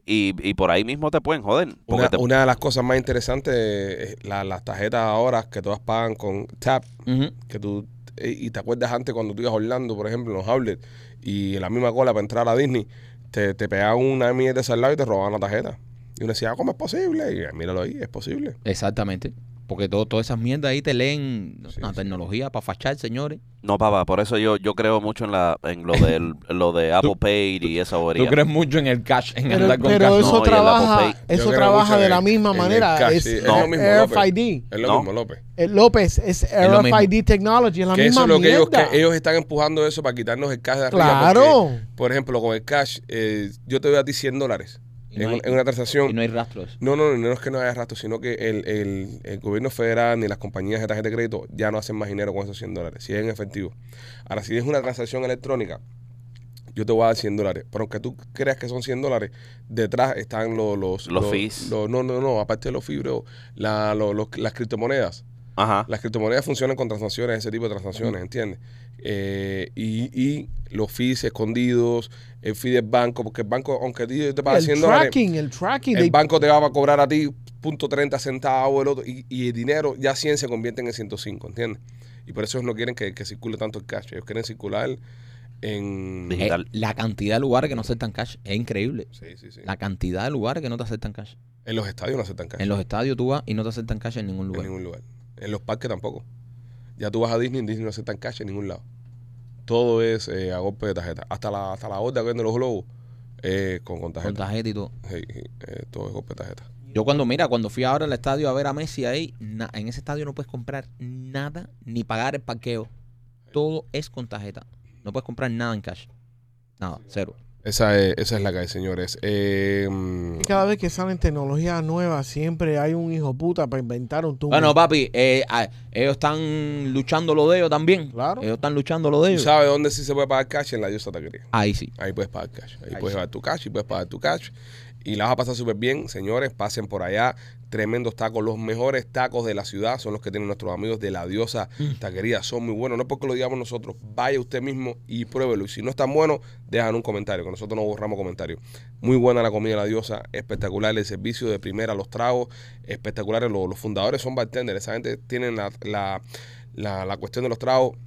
y, y por ahí mismo te pueden joder. porque una, te- una de las cosas más interesantes es la- las tarjetas ahora que todas pagan con tap, Ujú. que tú eh, y te acuerdas antes cuando tú ibas a Orlando, por ejemplo, en los outlets y en la misma cola para entrar a Disney, te, te pegaban una mierda al lado y te robaban la tarjeta. Y uno decía, "Ah, ¿cómo es posible? Y eh, míralo ahí, es posible. Exactamente. Porque todo, todas esas mierdas ahí te leen Sí, una sí. tecnología para fachar, señores. No, papá, por eso yo, yo creo mucho en la en lo del lo de Apple Pay y esa bobería. Tú crees mucho en el cash, en Pero, andar con pero cash. no, eso y el Apple trabaja, Pay. Yo eso creo trabaja mucho de en la el- misma en el manera. cash, sí, es es lo R- mismo, RFID. Es lo No. mismo, López. Eh, López, es lo RFID Technology. Es la Que eso misma es lo que ellos, mierda. que ellos están empujando eso para quitarnos el cash de arriba. Claro. porque, por ejemplo, con el cash, eh, yo te doy a ti 100 dólares Y en, no hay- un- en una Y transacción. no hay rastros. No, no, no, no es que no haya rastro, sino que el, el- el gobierno federal ni las compañías de tarjeta de crédito ya no hacen más dinero con esos 100 dólares, si es en efectivo. Ahora, si es una transacción electrónica, yo te voy a dar 100 dólares, pero aunque tú creas que son 100 dólares, detrás están los... Los, Los fees. los- no, no, no, aparte de los fees, bro, la- lo- lo- las criptomonedas. Ajá. Las criptomonedas funcionan con transacciones, ese tipo de transacciones, ¿entiendes? Eh, y, y los fees escondidos, el fee del banco, porque el banco, aunque a ti te paga El 100 dólares, tracking, el tracking. el de- banco te va a cobrar a ti punto .30 centavos el otro, y, y el dinero ya 100 se convierte en el 105, ¿entiendes? Y por eso ellos no quieren que, que circule tanto el cash, ellos quieren circular en... Dije- Digital. Eh, la cantidad de lugares que no aceptan cash es increíble. Sí, sí, sí. La cantidad de lugares que no te aceptan cash. En los estadios no aceptan cash, En los estadios tú vas y no te aceptan cash en en ningún lugar. ningún lugar. En los parques tampoco. Ya tú vas a Disney, en Disney no aceptan cash en ningún lado. Todo es eh, a golpe de tarjeta. Hasta la, hasta la horda que vende los globos eh, con, con Con tarjeta. tarjeta y todo. Sí, sí, eh, todo es golpe de tarjeta. Yo cuando, mira, cuando fui ahora al estadio a ver a Messi ahí, na- en ese estadio no puedes comprar nada ni pagar el parqueo. Todo es con tarjeta. No puedes comprar nada en cash. Nada, cero. Esa es, esa es la calle, señores. Eh, mm, Y Cada vez que salen tecnologías nuevas, siempre hay un hijo puta para inventar un tubo. Bueno, papi, eh, ah, ellos están luchando lo de ellos también. Claro. Ellos están luchando lo de ¿Tú ellos. sabes dónde sí se puede pagar cash? En la Diosa Taquería. Ahí sí. Ahí puedes pagar cash. Ahí, Ahí puedes sí. llevar tu cash y puedes pagar tu cash. y la vas a pasar súper bien. Señores, pasen por allá. Tremendos tacos, los mejores tacos de la ciudad son los que tienen nuestros amigos de la diosa taquería. Son muy buenos, no porque lo digamos nosotros, vaya usted mismo y pruébelo. Y si no están buenos, dejan un comentario, que nosotros no borramos comentarios. Muy buena la comida de la diosa, espectacular el servicio de primera, los tragos, espectaculares. Los, los fundadores son bartenders, esa gente tienen la, la, la, la cuestión de los tragos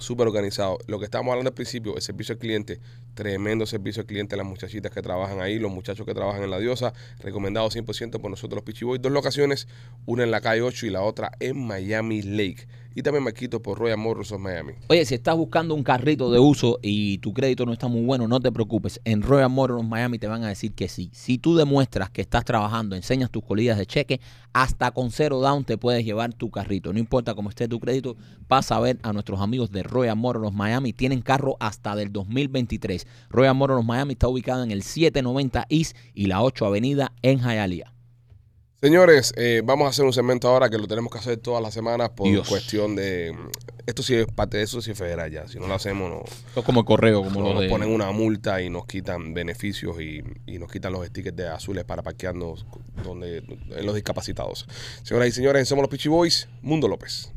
súper organizado. Lo que estábamos hablando al principio, el servicio al cliente, tremendo servicio al cliente, las muchachitas que trabajan ahí, los muchachos que trabajan en La Diosa, recomendado 100% por nosotros los Pichiboy. Dos locaciones, una en la calle 8 y la otra en Miami Lake. Y también me quito por Royal Morrison Miami. Oye, si estás buscando un carrito de uso y tu crédito no está muy bueno, no te preocupes. En Royal Motors Miami te van a decir que sí. Si tú demuestras que estás trabajando, enseñas tus colillas de cheque, hasta con cero down te puedes llevar tu carrito. No importa cómo esté tu crédito, vas a ver a nuestros amigos de Royal Motors Miami. Tienen carro hasta del 2023. Royal Motors Miami está ubicada en el 790 East y la 8 Avenida en Hialeah. Señores, eh, vamos a hacer un segmento ahora que lo tenemos que hacer todas las semanas por Dios. cuestión de... Esto sí es parte de eso, sí es federal ya. Si no lo hacemos, no, Esto es como el correo, como no lo nos de- ponen una multa y nos quitan beneficios y, y nos quitan los stickers de azules para parquearnos donde, en los discapacitados. Señoras y señores, somos los Pichi Boys, Mundo López.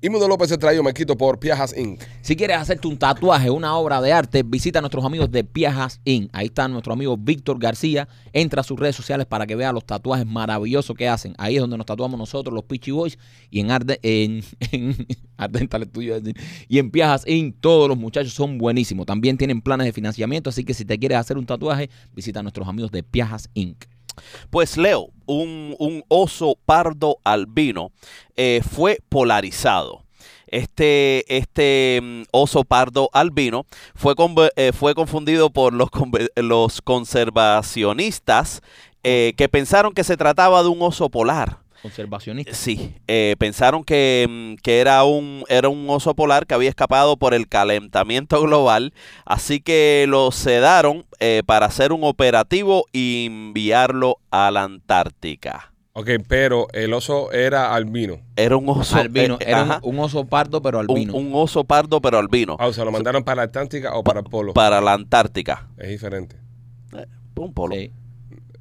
Y Mundo López se traído, me quito por Piajas Inc. Si quieres hacerte un tatuaje, una obra de arte, visita a nuestros amigos de Piajas Inc. Ahí está nuestro amigo Víctor García. Entra a sus redes sociales para que vea los tatuajes maravillosos que hacen. Ahí es donde nos tatuamos nosotros, los Peachy Boys. Y en Arde, en, en Ardental Studio, es decir, Y en Piajas Inc. todos los muchachos son buenísimos. También tienen planes de financiamiento. Así que si te quieres hacer un tatuaje, visita a nuestros amigos de Piajas Inc. Pues Leo, un, un oso pardo albino eh, fue polarizado. Este, este mm, oso pardo albino fue, conve- eh, fue confundido por los, conve- los conservacionistas eh, que pensaron que se trataba de un oso polar. Conservacionista. Sí, eh, pensaron que, mm, que era, un, era un oso polar que había escapado por el calentamiento global, así que lo sedaron eh, para hacer un operativo y enviarlo a la Antártica. Ok, pero el oso era albino. Era un oso Albino. eh, eh, Era un- ajá, un, oso pardo, pero un, albino. un oso pardo pero albino Ah, o sea, lo mandaron para la Atlántica o para el polo. para la Antártica. Es diferente. Un polo. Sí.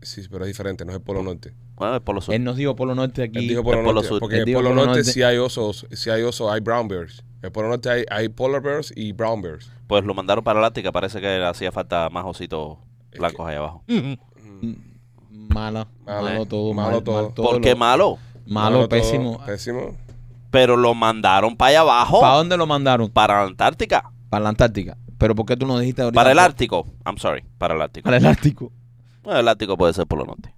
Sí, pero es diferente, no es el polo norte. Bueno, el polo sur. Él nos dijo Polo Norte aquí. Él dijo polo, el polo norte. sur. Porque Él en el dijo polo polo norte norte. sí hay osos, sí hay osos, hay brown bears. En el polo norte hay, hay polar bears y brown bears. Pues lo mandaron para la Antártica, parece que le hacía falta más ositos blancos ahí abajo. Mala, Malo, malo, todo, malo malo, todo. mal todo. ¿Por qué lo- malo? Malo, Malo todo, pésimo. Pésimo. Pero lo mandaron para allá abajo, ¿Para dónde lo mandaron? para la Antártica. Para la Antártica. ¿Pero por qué tú no dijiste ahorita? Para el Ártico. I'm sorry. Para el Ártico. Para el Ártico. Bueno, el Ártico puede ser por lo norte.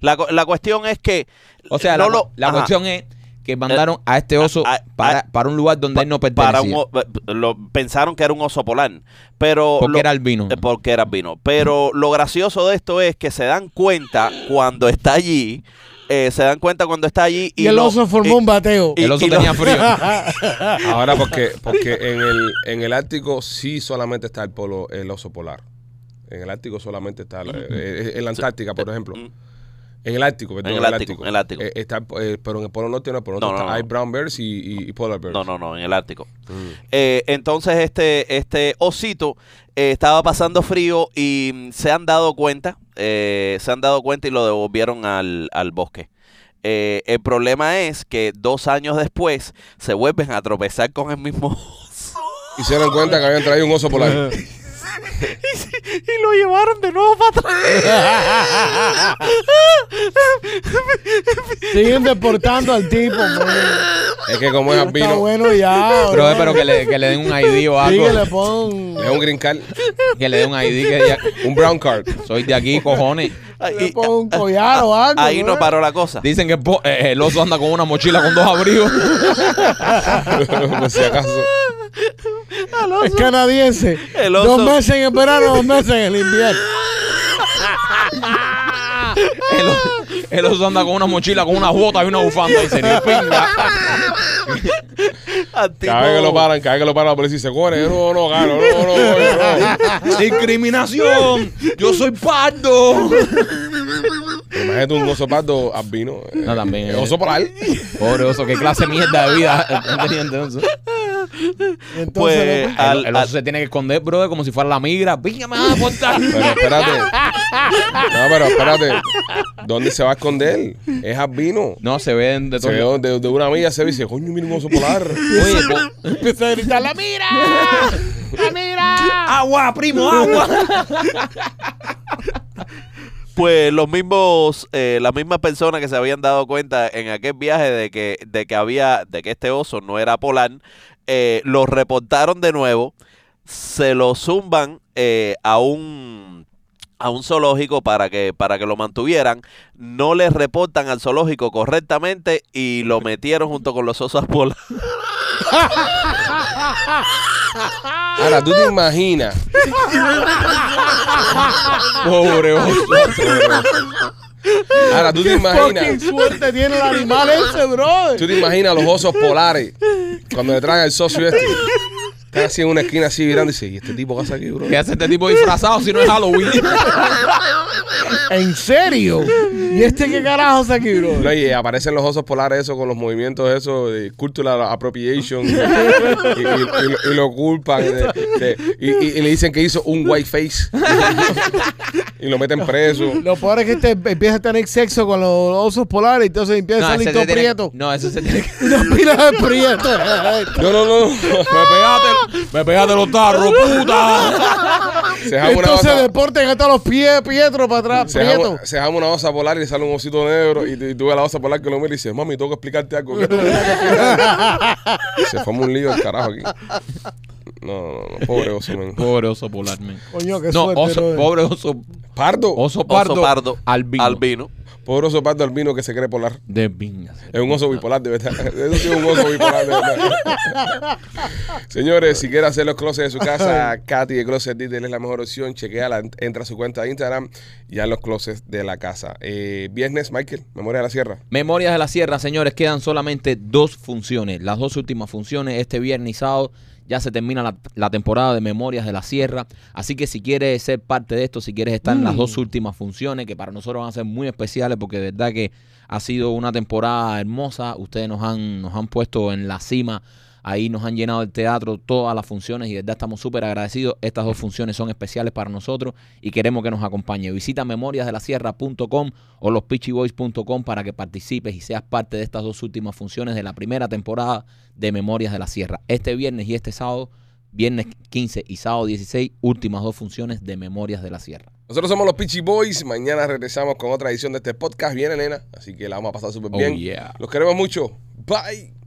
La, cu- la cuestión es que. O sea, no la, lo- la ajá, Eh, cuestión es que mandaron a este oso a- para, a- para un lugar donde él no pertenecía. Para un o- eh, lo, pensaron que era un oso polar. Pero. porque lo- era albino. eh, porque era vino. Pero lo gracioso de esto es que se dan cuenta cuando está allí. eh, se dan cuenta cuando está allí. Y, Y el lo- oso formó y- un bateo. y- el oso lo- tenía frío. Ahora porque porque en el en el Ártico sí solamente está el polo el oso polar. En el Ártico solamente está la- eh, eh, en la Antártica, por ejemplo. Mm-hmm. mm. En el Ártico, perdón, En el Ártico, en el Ártico. Eh, está, eh, pero en el polo norte no, el polo No, norte no, está- no. hay brown bears y, y- y polar bears. No, no, no, en el Ártico. Mm. Eh, entonces este, este osito eh, estaba pasando frío y mm, se han dado cuenta, eh, se han dado cuenta y lo devolvieron al, al bosque. Eh, el problema es que dos años después se vuelven a tropezar con el mismo oso Y se dan cuenta que habían traído un oso polar. y lo llevaron de nuevo para atrás. Siguen deportando al tipo, man. es que como es Está albino, bueno ya. eh, Pero, eh, bro. pero que, le, que le den un ID o Sí, algo. que le pon. es un green card, Que le den un ID que diga, un brown card. soy de aquí, cojones. Ahí- le pon un collar o algo. ahí no bro. paró la cosa. Dicen que el po- eh, el oso anda con una mochila con dos abrigos. por si acaso. Es canadiense. El oso. Dos meses en el verano, dos meses en el invierno. El, o- el oso anda con una mochila, con una bota y una bufanda y se le pinga. Al tipo- Cada vez que lo paran, cada vez que lo paran la policía dice, cojones, yo no, no, gano, no, no, no, no. ¡Discriminación! ¡Yo soy pardo! Pero Imagínate un oso pardo albino. eh, No, también, eh, eh. Oso polar. Pobre oso, qué clase de mierda de vida han tenido entonces. Entonces, Pues, López, al- el, el oso al- se tiene que esconder, brother, como si fuera la migra. ¡Pinga, me vas a aportar! Pero espérate. No, pero espérate. ¿Dónde se va a esconder? Es albino. No, se ven de Se todo. ve de, de una amiga se ve y dice, coño, mira un oso polar. Oye, po- empieza a gritar la mira. ¡La mira! ¡Agua, primo, agua! Pues los mismos, eh, las mismas personas que se habían dado cuenta en aquel viaje de que, de que había, de que este oso no era polar, eh, los reportaron de nuevo, se lo zumban eh, a un a un zoológico para que para que lo mantuvieran, no les reportan al zoológico correctamente y lo metieron junto con los osos polares. Ahora, tú te imaginas. Pobre oso. pobre oso. Ahora, tú te ¡Qué imaginas. suerte tiene el animal ese, bro! Tú te imaginas los osos polares cuando le traen el socio este. Está así en una esquina así mirando y dice, ¿y este tipo qué hace aquí, bro? ¿Qué hace este tipo disfrazado si no es Halloween? ¿En serio? ¿Y este qué carajo es aquí, bro? No, y eh, aparecen los osos polares esos con los movimientos esos de cultural appropriation y, y- y- y lo culpan de- de- y, y- y le dicen que hizo un white face y lo meten preso. Lo peor es que este empieza a tener sexo con los osos polares y entonces empieza a salir ese todo se tiene- prieto. no, ese se tiene que... Una pila de prieto. No, no, no. Me pegaste, me pegaste los tarros, puta. Se jama una Entonces osa, deporten hasta los pies, Pietro, para atrás, se jama- prieto. se jama una osa polar y sale un osito negro y, y tú ves a la osa polar que lo mira y dices, mami, tengo que explicarte algo. que tengo que explicarte". se forma un lío el carajo aquí. No, no, no, pobre oso, men. Pobre oso polar, man. Coño, qué no, suerte, oso, brother. pobre oso, Pardo. oso pardo, Oso pardo albino. albino. Pobre oso pardo albino que se cree polar. De viña. Es un oso bipolar, de verdad. Eso sí es un oso bipolar, de verdad. Señores, si quiere hacer los closets de su casa, Katy de Closet Detail es la mejor opción. Chequeala, ent- entra a su cuenta de Instagram y a los closets de la casa. Eh, viernes, Michael, Memoria de la Sierra. Memorias de la Sierra, señores, quedan solamente dos funciones. Las dos últimas funciones, este viernes y sábado, ya se termina la, la temporada de Memorias de la Sierra. Así que si quieres ser parte de esto, si quieres estar en las dos últimas funciones, que para nosotros van a ser muy especiales, porque de verdad que ha sido una temporada hermosa. Ustedes nos han, nos han puesto en la cima. Ahí nos han llenado el teatro todas las funciones y de verdad estamos súper agradecidos. Estas dos funciones son especiales para nosotros y queremos que nos acompañe. Visita memoriasdelasierra.com o lospitchyboys.com para que participes y seas parte de estas dos últimas funciones de la primera temporada de Memorias de la Sierra. Este viernes y este sábado, viernes 15 y sábado 16, últimas dos funciones de Memorias de la Sierra. Nosotros somos los Peachy Boys. Mañana regresamos con otra edición de este podcast. Viene, nena. Así que la vamos a pasar súper Oh, bien. yeah. Los queremos mucho. Bye.